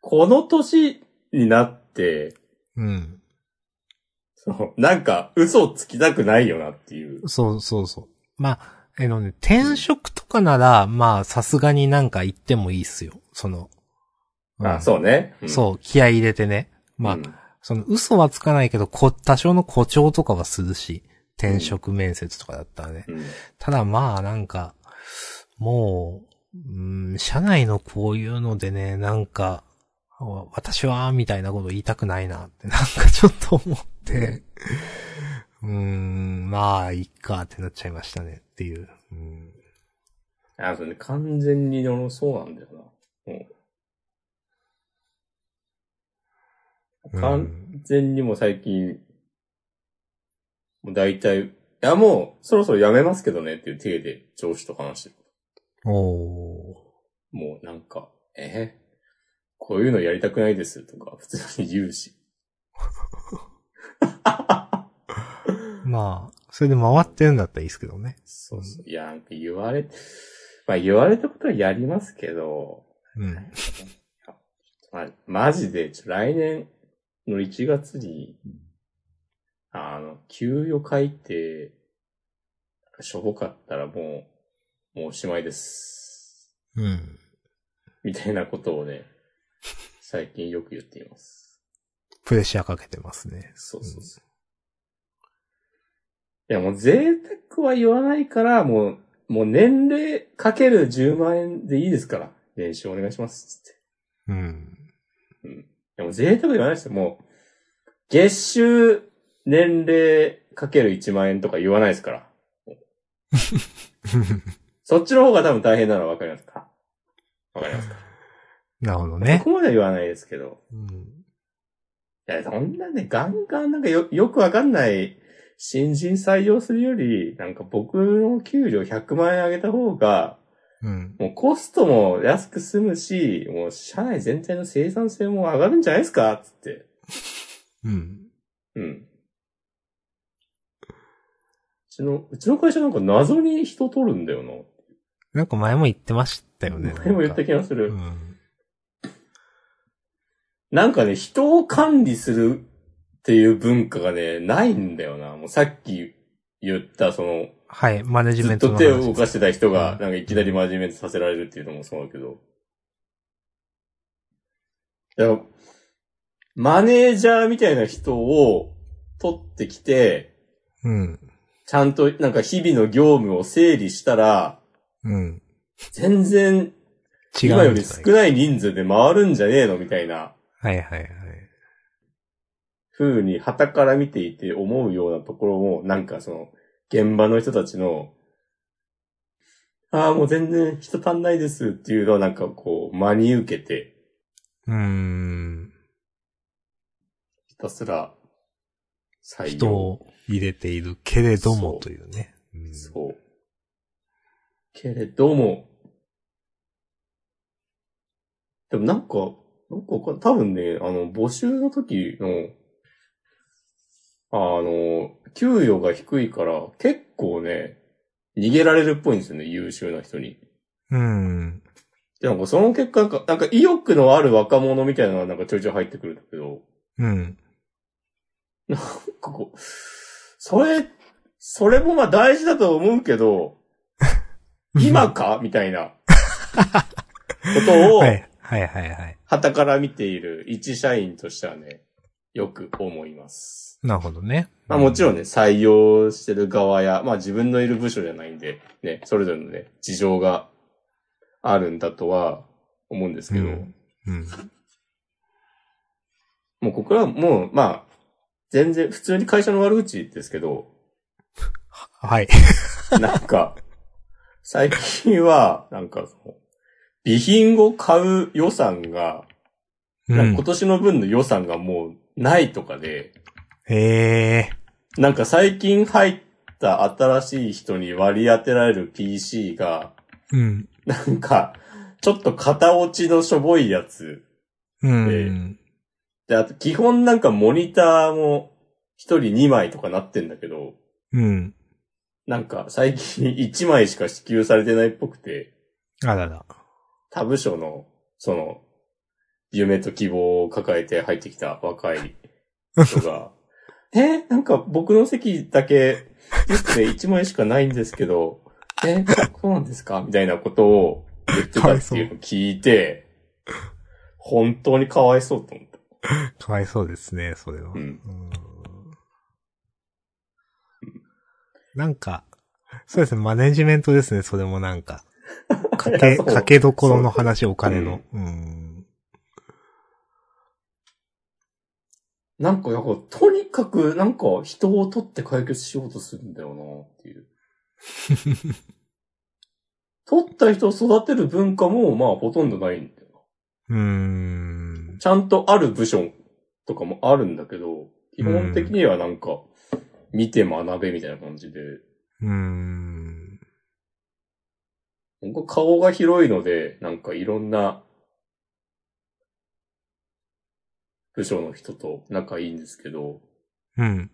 B: この年になって、
A: うん。
B: そう、なんか嘘をつきたくないよなっていう。
A: そうそうそう。まあ、あのね、転職とかなら、まあ、さすがになんか言ってもいいっすよ。その。うん
B: あ、そうね。う
A: そう、気合い入れてね。
B: ん。
A: まあ
B: うん、
A: その嘘はつかないけど、こ、多少の誇張とかはするし、転職面接とかだったらね。
B: うん
A: ただまあなんか、もう、うん、社内のこういうのでね、なんか、わ私は、みたいなこと言いたくないなって、なんかちょっと思って、うーん、まあ、いっかってなっちゃいましたねっていう。うん、
B: あ、そうね、完全にのそうなんだよな。
A: う
B: 完
A: ん
B: 全にもう最近、もう大体、いやもうそろそろやめますけどねっていう体で上司と話してる。
A: おー。
B: もうなんか、えこういうのやりたくないですとか普通に言うし。
A: まあ、それで回ってるんだったらいいですけどね。
B: そうそう。いや、なんか言われ、まあ言われたことはやりますけど、
A: うん。
B: まあ、マジで、ちょ来年の1月に、あの、給与改定、しょぼかったらもう、もうおしまいです。
A: うん。
B: みたいなことを ね、最近よく言っています。
A: プレッシャーかけてますね。
B: そうそうそう。いや、もう贅沢は言わないから、もう、もう年齢かける10万円でいいですから、年収お願いします。つって。
A: うん。
B: でも贅沢ではないですよ。もう、月収、年齢かける1万円とか言わないですから。そっちの方が多分大変なのはわかりますかわかりますか
A: なるほど
B: そ
A: ね。
B: こまでは言わないですけど。
A: うん。
B: いや、そんなね、ガンガンなんかよ、よくわかんない新人採用するより、なんか僕の給料100万円上げた方が、
A: うん。
B: もうコストも安く済むし、もう社内全体の生産性も上がるんじゃないですかつって。
A: うん。
B: うん。うちの、うちの会社なんか謎に人取るんだよな。
A: なんか前も言ってましたよね。
B: 前も言った気がす
A: う
B: る。
A: ん。
B: なんかね、人を管理するっていう文化がね、ないんだよな。もうさっき言った、その、
A: はい、マネジ
B: ず
A: メ
B: っ
A: ント
B: と
A: の
B: 手を
A: 話
B: 動かしてた人が
A: う、ん
B: なんかいきなりマネジメントさせられるっていうのもそうだけど。いや、マネージャーみたいな人を取ってきて、
A: うん。
B: ちゃんとなんか日々の業務を整理したら、
A: うん。
B: 全然
A: 違う。
B: 今より少ない人数で回るんじゃねえのみたいな
A: はいはいはい。
B: 風に旗から見ていて思うようなところも、なんかその、現場の人たちの、ああ、もう全然人足んないですっていうのはなんかこう、真に受けて、
A: うーん。
B: ひたすら、採
A: 人
B: 用。
A: を入れているけれども
B: そう
A: というね。うん
B: そう。けれども、でもなんか、なんかわかん多分ね、あの、募集の時の、あの、給与が低いから、結構ね、逃げられるっぽいんですよね、優秀な人に。
A: うん。
B: で、なんかその結果なんか、なんか意欲のある若者みたいなのがなんかちょいちょい入ってくるんだけど、
A: うん。
B: なんかこう、それ、それもまあ大事だと思うけど、今かみたいな、ことを
A: は、い。はいはいはい。
B: 旗から見ている一社員としてはね、よく思います。
A: なるほどね。
B: まあもちろ
A: ん。
B: んね、採用してる側や、まあ自分のいる部署じゃないんで、ね、それぞれのね、事情があるんだとは思うんですけど、
A: うんうん。
B: もうここはもう、まあ、全然普通に会社の悪口です けど、
A: はい。
B: なんか、最近は、なんかその、備品を買う予算が、
A: う
B: なんか
A: ん
B: 今。年の分の予算がもうないとかで、
A: へえ。
B: なんか最近入った新しい人に割り当てられる PC が、
A: うん。
B: なんか、ちょっと片落ちのしょぼいやつ。
A: うん。
B: で、あと基本なんかモニターも一人2枚とかなってんだけど、
A: うん。
B: なんか最近1枚しか支給されてないっぽくて、
A: あらら。
B: 他部署の、その、夢と希望を抱えて入ってきた若い人が、え、なんか僕の席だけ、ディスプレイ1枚しかないんですけど、え、そうなんですかみたいなことを言ってたっていうのを聞いて、本当にかわいそうと思った。
A: かわいそうですね、それは。
B: うん
A: うんなんか、そうですね、マネジメントですね、それもなんか。か
B: いや
A: け、
B: そう
A: かけどころの話、お金の。うん。
B: なんか、やっぱとにかく、なんか、人を取って解決しようとするんだよな、っていう。 取った人を育てる文化も、まあ、ほとんどないんだよ
A: うーん
B: な。。ちゃんとある部署とかもあるんだけど、基本的にはなんか、見て学べみたいな感じで、
A: うーん。
B: 僕顔が広いので、なんかいろんな、部署の人と仲いいんですけど、
A: うん。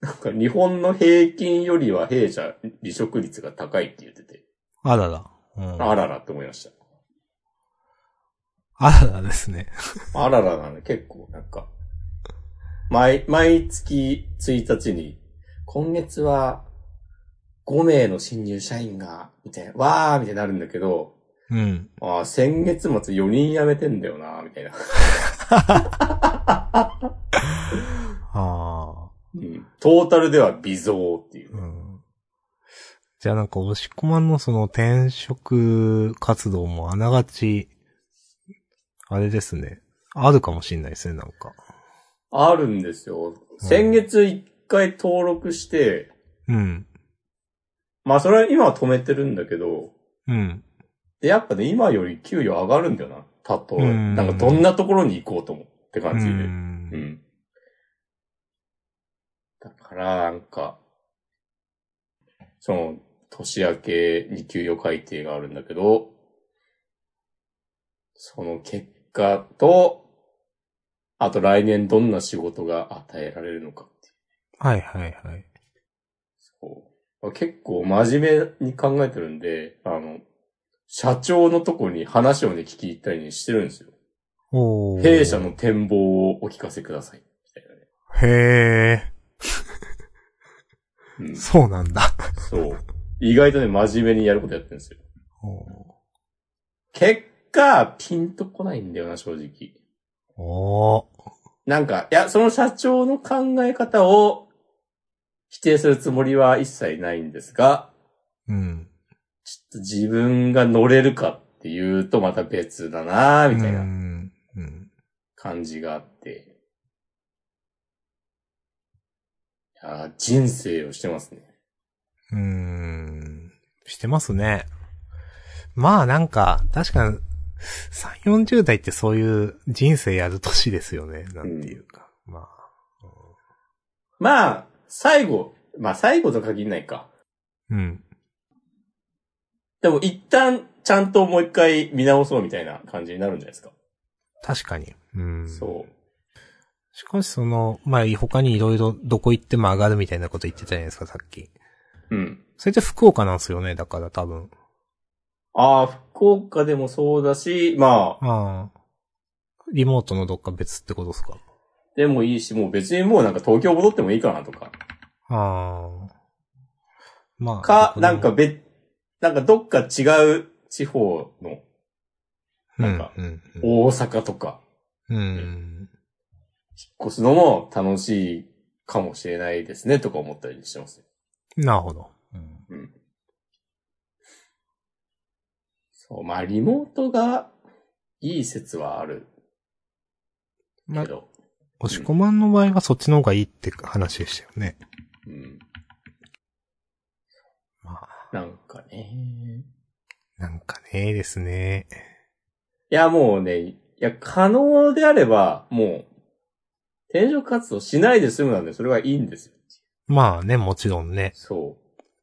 B: なんか日本の平均よりは弊社離職率が高いって言ってて、
A: あらら。うん、
B: あららって思いまし
A: あららですね。
B: た。あららなんで結構なんか、毎、毎月1日に、今月は5名の新入社員が、みたいな、わーみたいになるんだけど、
A: うん。
B: あー先月末4人辞めてんだよなみたいな。
A: ああ。
B: うん。トータルでは微増っていう
A: う。ん。じゃあなんか、押し込まんのその転職活動もあながち、あれですね。あるかもしんないですね、なんか。
B: あるんですよ。先月1回登録して、
A: うん。
B: まあそれは今は止めてるんだけど、
A: うん。
B: で、やっぱね、今より給与上がるんだよな。たとえ。
A: うん
B: なんかどんなところに行こうともって
A: う
B: 感じで。うん,、
A: ん。
B: だから、なんか、その、年明けに給与改定があるんだけど、その結果と、あと来年どんな仕事が与えられるのかっていう。
A: はいはいはい。
B: そう結構真面目に考えてるんで、あの、社長のとこに話をね、聞き入ったりねしてるんですよ。
A: おー
B: 弊社。の展望をお聞かせください。みたいなね
A: へえ、
B: うん、
A: そうなんだ。
B: そう。意外とね、真面目にやることやってるんですよ。
A: お
B: 結果、ピンとこないんだよな、正直。
A: ーお
B: なんか、いや、その社長の考え方を否定するつもりは一切ないんですが、
A: ーうん。。
B: ちょっと自分が乗れるかっていうとまた別だなみたいうなん
A: うん。
B: 感じがあって。いやー人生をしてますね。
A: うーん。してますね。まあなんか、確かに、3、40代ってそういう人生やる年ですよね。なんていうか。まあ。
B: まあ、最後、まあ最後と限らないか。
A: うん。
B: でも一旦、ちゃんともう一回見直そうみたいな感じになるんじゃないですか。
A: 確かに。うん。
B: そう。
A: しかしその、まあ他にいろいろどこ行っても上がるみたいなこと言ってたじゃないですか、さっき。
B: うん。
A: それって福岡なんですよね、だから多分。
B: ああ、福岡でもそうだし、まあ、
A: ああ。リモートのどっか別ってことですか
B: でもいいし、もう別にもうなんか東京戻ってもいいかなとか。
A: ああ。まあ。
B: か、
A: どこでも
B: なんか、別、なんかどっか違う地方のなんか
A: うん、うん
B: 大阪とか、
A: うん。うん。
B: 引っ越すのも楽しいかもしれないですね、とか思ったりしてます。
A: なるほど。うん
B: うん。そう、まあリモートがいい説はある
A: ま
B: け
A: あ、
B: ど。
A: 押し込まんの場合はそっちの方がいいって話でしたよね。
B: うん。
A: まあ、
B: なんかね。
A: なんかね、ですね。
B: いや、もうね、いや、可能であれば、もう、転職活動しないで済むなんで、それはいいんですよ。
A: まあね、もちろんね。
B: そ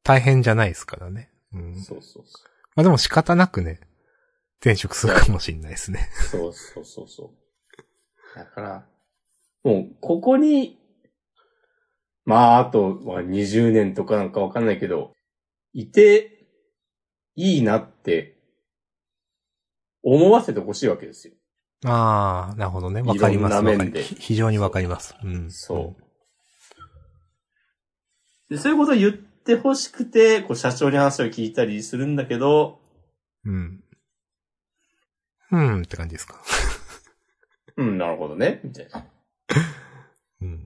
A: 大変じゃないですからね。う
B: う。
A: ん。
B: そうそうそ
A: まあでも仕方なくね、転職するかもしんないですね。
B: そうそうそうそう。だから、もう、ここに、まあ、あと、まあ、20年とかなんかわかんないけど、いて、いいなって、思わせてほしいわけですよ。
A: ああ、なるほどね。わかります。
B: いろんな面
A: わかり
B: で
A: ひ非常にわかります。うん。
B: そう。でそういうことを言ってほしくて、こう、社長に話を聞いたりするんだけど、
A: う。うん。うんって感じですか。
B: うん、なるほどね、みたいな。
A: うん。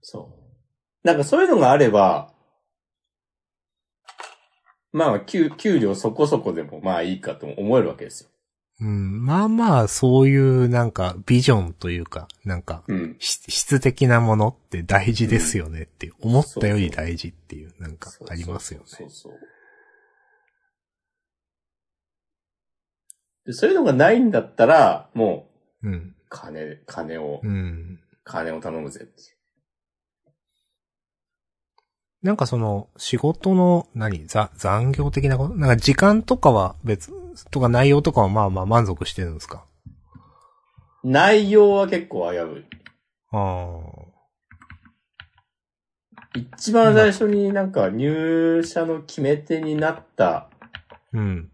B: そう。なんかそういうのがあれば、まあ、給、給料そこそこでもまあいいかとも思えるわけですよ。
A: うん。まあまあ、そういうなんかビジョンというか、なんか、
B: うん。
A: し質的なものって大事ですよねって、思ったより大事っていう、なんかありますよ
B: そ
A: ね
B: う。そうそう。で、そういうのがないんだったら、もう、
A: うん。
B: 金、金を
A: う、ん。
B: 金を頼むぜって。
A: なんかその、仕事の、何、ざ残業的なことなんか時間とかは別、とか内容とかはまあまあ満足してるんですか
B: 内容は結構危うい。
A: あ
B: 一番最初になんか入社の決め手になった
A: あ。うん。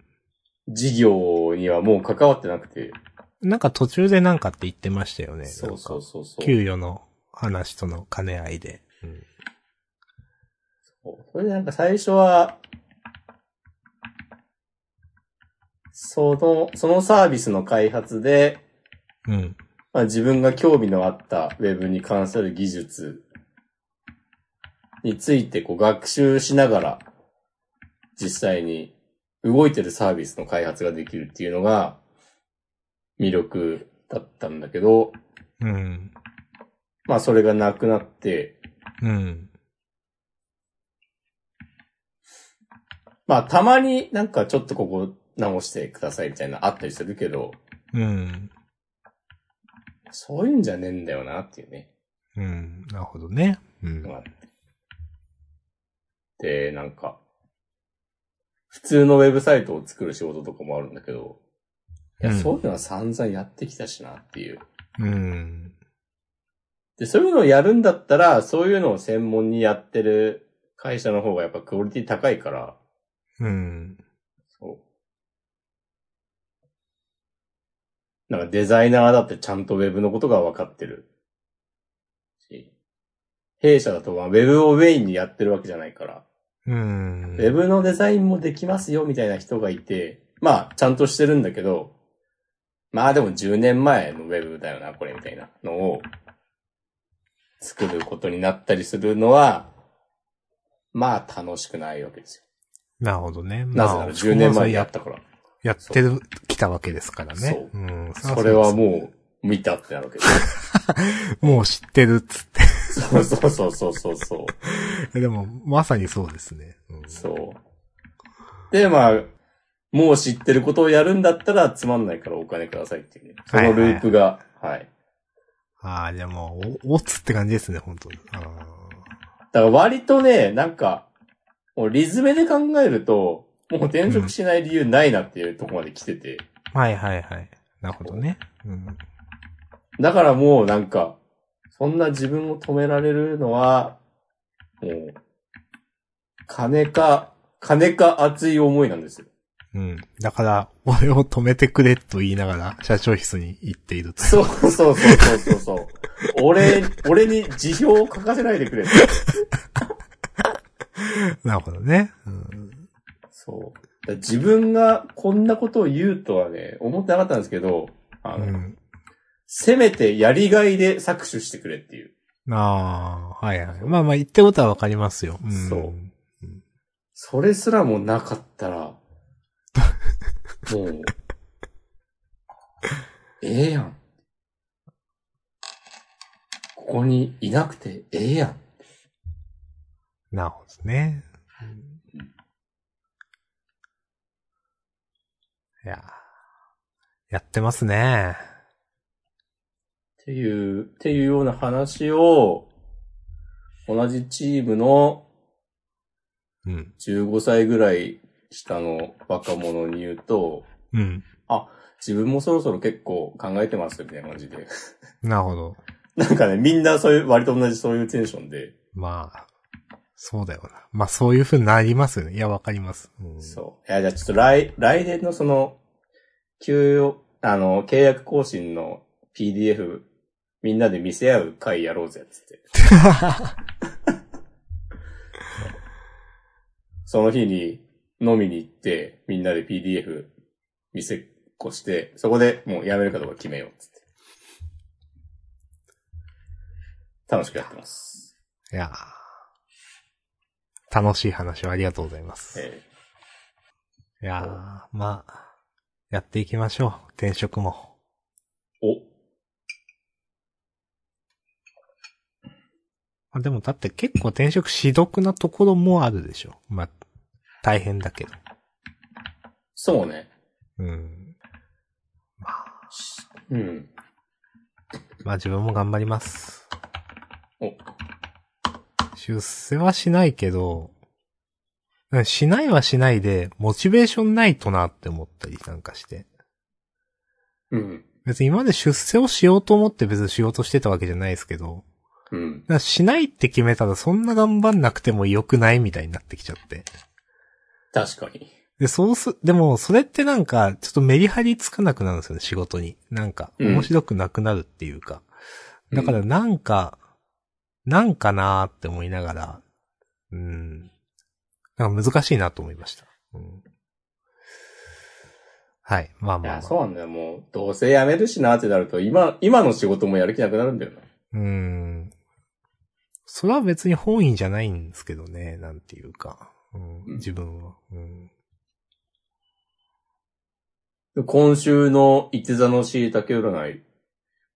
B: 事業にはもう関わってなくて。
A: なんか途中でなんかって言ってましたよね。
B: そうそう
A: そ
B: そうそう。
A: 給与の話との兼ね合いで。うん。
B: それでなんか最初は、その、そのサービスの開発で、
A: うん。
B: まあ、自分が興味のあったウェブに関する技術についてこう学習しながら実際に動いてるサービスの開発ができるっていうのが魅力だったんだけど、
A: うん。
B: まあそれがなくなって、
A: うん。
B: まあたまになんかちょっとここ直してくださいみたいなのあったりするけど、
A: うん。
B: そういうんじゃねえんだよなっていうね。
A: うん。なるほどね。うん。
B: のがあってで、なんか、普通のウェブサイトを作る仕事とかもあるんだけど、いや、
A: うん
B: そういうのは散々やってきたしなっていう。
A: うん。
B: で、そういうのをやるんだったら、そういうのを専門にやってる会社の方がやっぱクオリティ高いから、
A: うん。
B: そう。なんかデザイナーだってちゃんとウェブのことが分かってるし、弊社だとまあウェブをメインにやってるわけじゃないから、
A: うん。
B: ウェブのデザインもできますよみたいな人がいて、まあ、ちゃんとしてるんだけど、まあでも10年前のウェブだよな、これみたいなのを作ることになったりするのは、まあ楽しくないわけです
A: なるほどね。
B: よ。なぜな
A: まあ
B: ら10年前にやっ
A: や
B: たから。
A: やってるきたわけですからね。
B: そ
A: うん。
B: それはもう見たってなるわけです
A: う、もう知ってるっつっ
B: よ。そうそうそうそうそう。
A: て。でも、まさにそうですね。うん
B: そう。で、まあ、もう知ってることをやるんだったらつまんないからお金くださいっていうね。そのループが、はい。
A: ああ、じゃあもう、お、おつって感じですね、本当に。あー
B: だから割とね、なんか、もうリズムで考えると、もう転職しない理由ないなっていうとこまで来てて。
A: はいはいはい。なるほどね。うん。
B: だからもうなんか、そんな自分を止められるのは、もう、金か、金か熱い思いなんですよ。
A: うん。だから、俺を止めてくれと言いながら、社長室に行ってい ると。
B: そうそうそうそうそうそう。俺、俺に辞表を書かせないでくれ。
A: なるほどね。うん。
B: そう。だから自分がこんなことを言うとはね、思ってなかったんですけど、あ
A: う
B: の、
A: ん。
B: せめてやりがいで搾取してくれっていう。
A: ああ、はいはい。まあまあ、言ってることはわかりますよ。ん、
B: そうそれすらもなかった ら、もう、ええやん。ここにいなくてええやん。
A: なるほどね。いやー、やってますね。
B: っていう、っていうような話を、同じチームの
A: うん。
B: 15歳ぐらい下の若者に言うと、
A: うん。
B: 自分もそろそろ結構考えてますよね、マジで。
A: なるほど。
B: なんかね、みんなそういう、割と同じそういうテンションで、
A: まあ、そうだよな。まあそういう風になりますよね。いや、わかります。うん、
B: そう。いや、じゃあちょっと来、来年のその、給与、あの、契約更新の PDF、みんなで見せ合う会やろうぜ、つって。その日に飲みに行って、みんなで PDF 見せっこして、そこでもうやめるかどうか決めよう、つって。楽しくやってます。
A: いやー楽しい話をありがとうございます。
B: ええ
A: いやーまあ、やっていきましょう。転職も。
B: お、
A: まあでもだって結構転職しどくなところもあるでしょ。まあ、大変だけど。
B: そうね。
A: うん。まあ、
B: うん。
A: まあ自分も頑張ります。
B: お、
A: 出世はしないけど、うんしないはしないで、モチベーションないとなって思ったりなんかして。
B: うん。
A: 別に今まで出世をしようと思って別にしようとしてたわけじゃないですけど、
B: うん
A: だ。からしないって決めたらそんな頑張んなくても良くないみたいになってきちゃって。
B: 確かに。
A: で、そうす、でも、それってなんか、ちょっとメリハリつかなくなるんですよね、仕事に。なんか、
B: うん
A: 面白くなくなるっていうか。
B: うん
A: だから、なんか、なんかなーって思いながら、うん。なんか難しいなと思いました。うん、はい、まあま
B: い
A: あ、ま
B: や、
A: あ。
B: そうなんだよ。もう、どうせ辞めるしなってなると、今、今の仕事もやる気なくなるんだよな。
A: うん。それは別に本意じゃないんですけどね、なんていうか。うん
B: うん、
A: 自分は。うん。
B: で今週のいて座のしいたけ占い、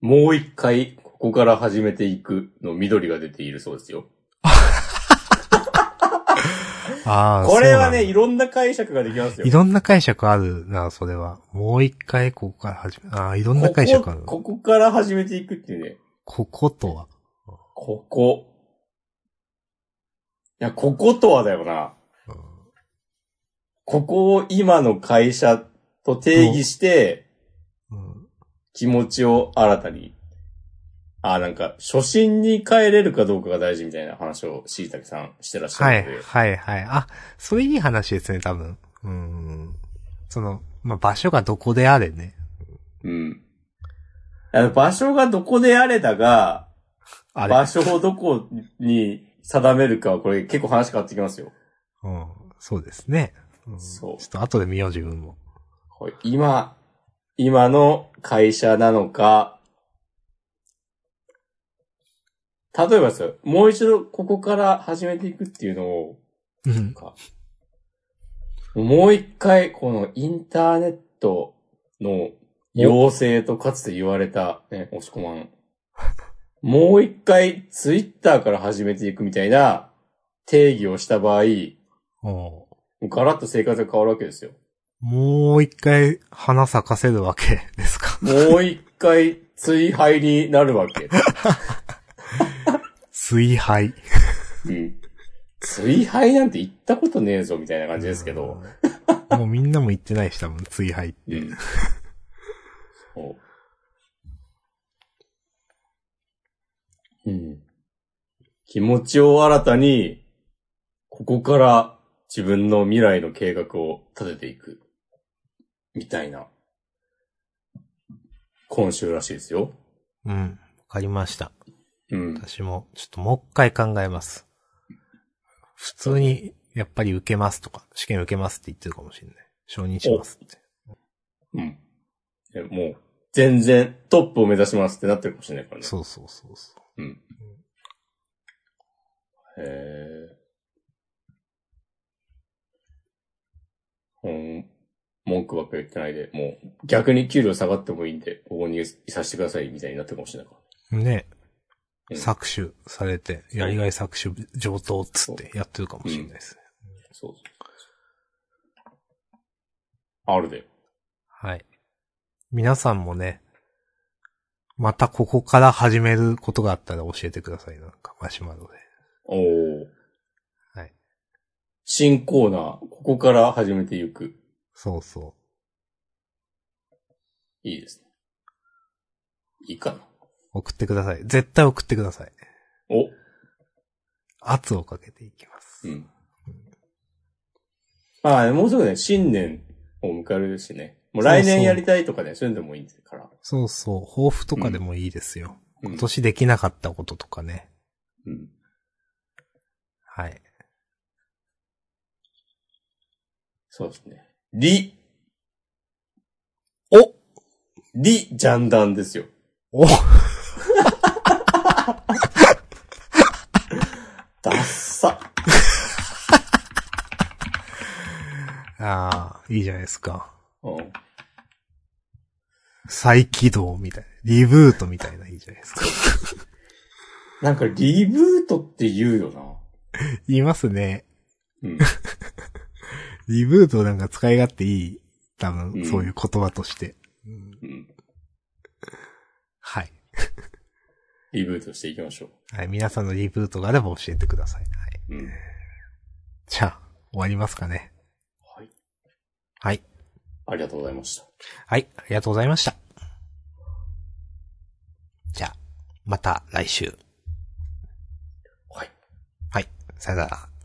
B: もう一回、ここから始めていくの緑が出ているそうですよ。
A: ああ、
B: これは
A: そうなんだ
B: ね、いろんな解釈ができますよ。
A: いろんな解釈あるな、それは。もう一回ここから始め、ああ、いろんな解釈ある。
B: こ
A: こ
B: こここから始めていくっていうね。
A: ことは。
B: ここ。いや、こことはだよな。
A: うん
B: ここを今の会社と定義して、
A: うん
B: 気持ちを新たに、あ、なんか、初心に帰れるかどうかが大事みたいな話を椎茸さんしてらっしゃ
A: は
B: る
A: い
B: ので、、
A: はい、はい。あ、それいい話ですね、多分。うん。その、まあ、場所がどこであれね。
B: うん。あの場所がどこであれだが、
A: あれ
B: 場。所をどこに定めるかはこれ結構話変わってきますよ。
A: うん。そうですね。うん
B: そう
A: ちょっと後で見よう、自分も。
B: これ今、今の会社なのか、例えばですよ、もう一度ここから始めていくっていうのを、
A: うん。
B: もう一回、このインターネットの妖精とかつて言われた、ね、押し込まん。もう一回、ツイッターから始めていくみたいな定義をした場合、
A: おう
B: もうガラッと生活が変わるわけですよ。
A: もう一回花咲かせるわけ ですか。
B: もう一回、追廃になるわけ。
A: 水杯。
B: うん。追廃なんて言ったことねえぞ、みたいな感じですけど。
A: うん。もうみんなも言ってないし、多分、水杯って。
B: うん。そう。うん。気持ちを新たに、ここから自分の未来の計画を立てていく。みたいな。今週らしいですよ。
A: うん。わかりました。
B: うん。
A: 私も、ちょっともう一回考えます。普通に、やっぱり受けますとか、試験受けますって言ってるかもしれない。承認しますって。
B: うん。えもう、全然トップを目指しますってなってるかもしれないからね。
A: そうそうそうそう。
B: うん。へえ。うん。文句ばっかり言ってないで、もう逆に給料下がってもいいんで、ここにいさせてくださいみたいになってるかもしれないか
A: ね、
B: うん
A: 搾取されて、やりがい搾取上等っつってやってるかもしれないですね。
B: ら。そうそうあるで。
A: はい。皆さんもね、またここから始めることがあったら教えてください。なんか、マシュマロで。
B: おー。
A: はい。
B: 新コーナー、ここから始めていく。
A: そうそ
B: いいですね。いいかな。
A: う。送ってください。絶対送ってください。
B: お、
A: 圧をかけていきます。
B: うん。まあ、もうすぐね、新年を迎えるしね。もう来
A: そうそ
B: 年
A: う
B: やりたいとかね、そういうのでもいいんですから。
A: そうそう。抱負とかでもいいですよ。
B: うん
A: 今年できなかったこととかね。
B: うん。
A: はい。
B: そうですね。り、
A: お
B: り、ジャンダンですよ。
A: お
B: ダッサ。
A: ああ、いいじゃないですか。
B: うん。
A: 再起動みたいな。リブートみたいな、いいじゃないです か。
B: なんかリブートって言うよ
A: 言いますね。
B: な。うん。
A: リブートなんか使い勝手いい。多
B: う
A: 分、
B: ん
A: そういう言葉として。うん
B: うん。
A: はい。
B: リブートしていきましょ
A: はい。皆さんのリブートがあれば教えてください。はい。
B: う。うん。
A: じゃあ、終わりますかね。
B: はい。
A: はい。
B: ありがとうございました。
A: はい。ありがとうございました。じゃあ、また来週。
B: はい。
A: はい。さよなら。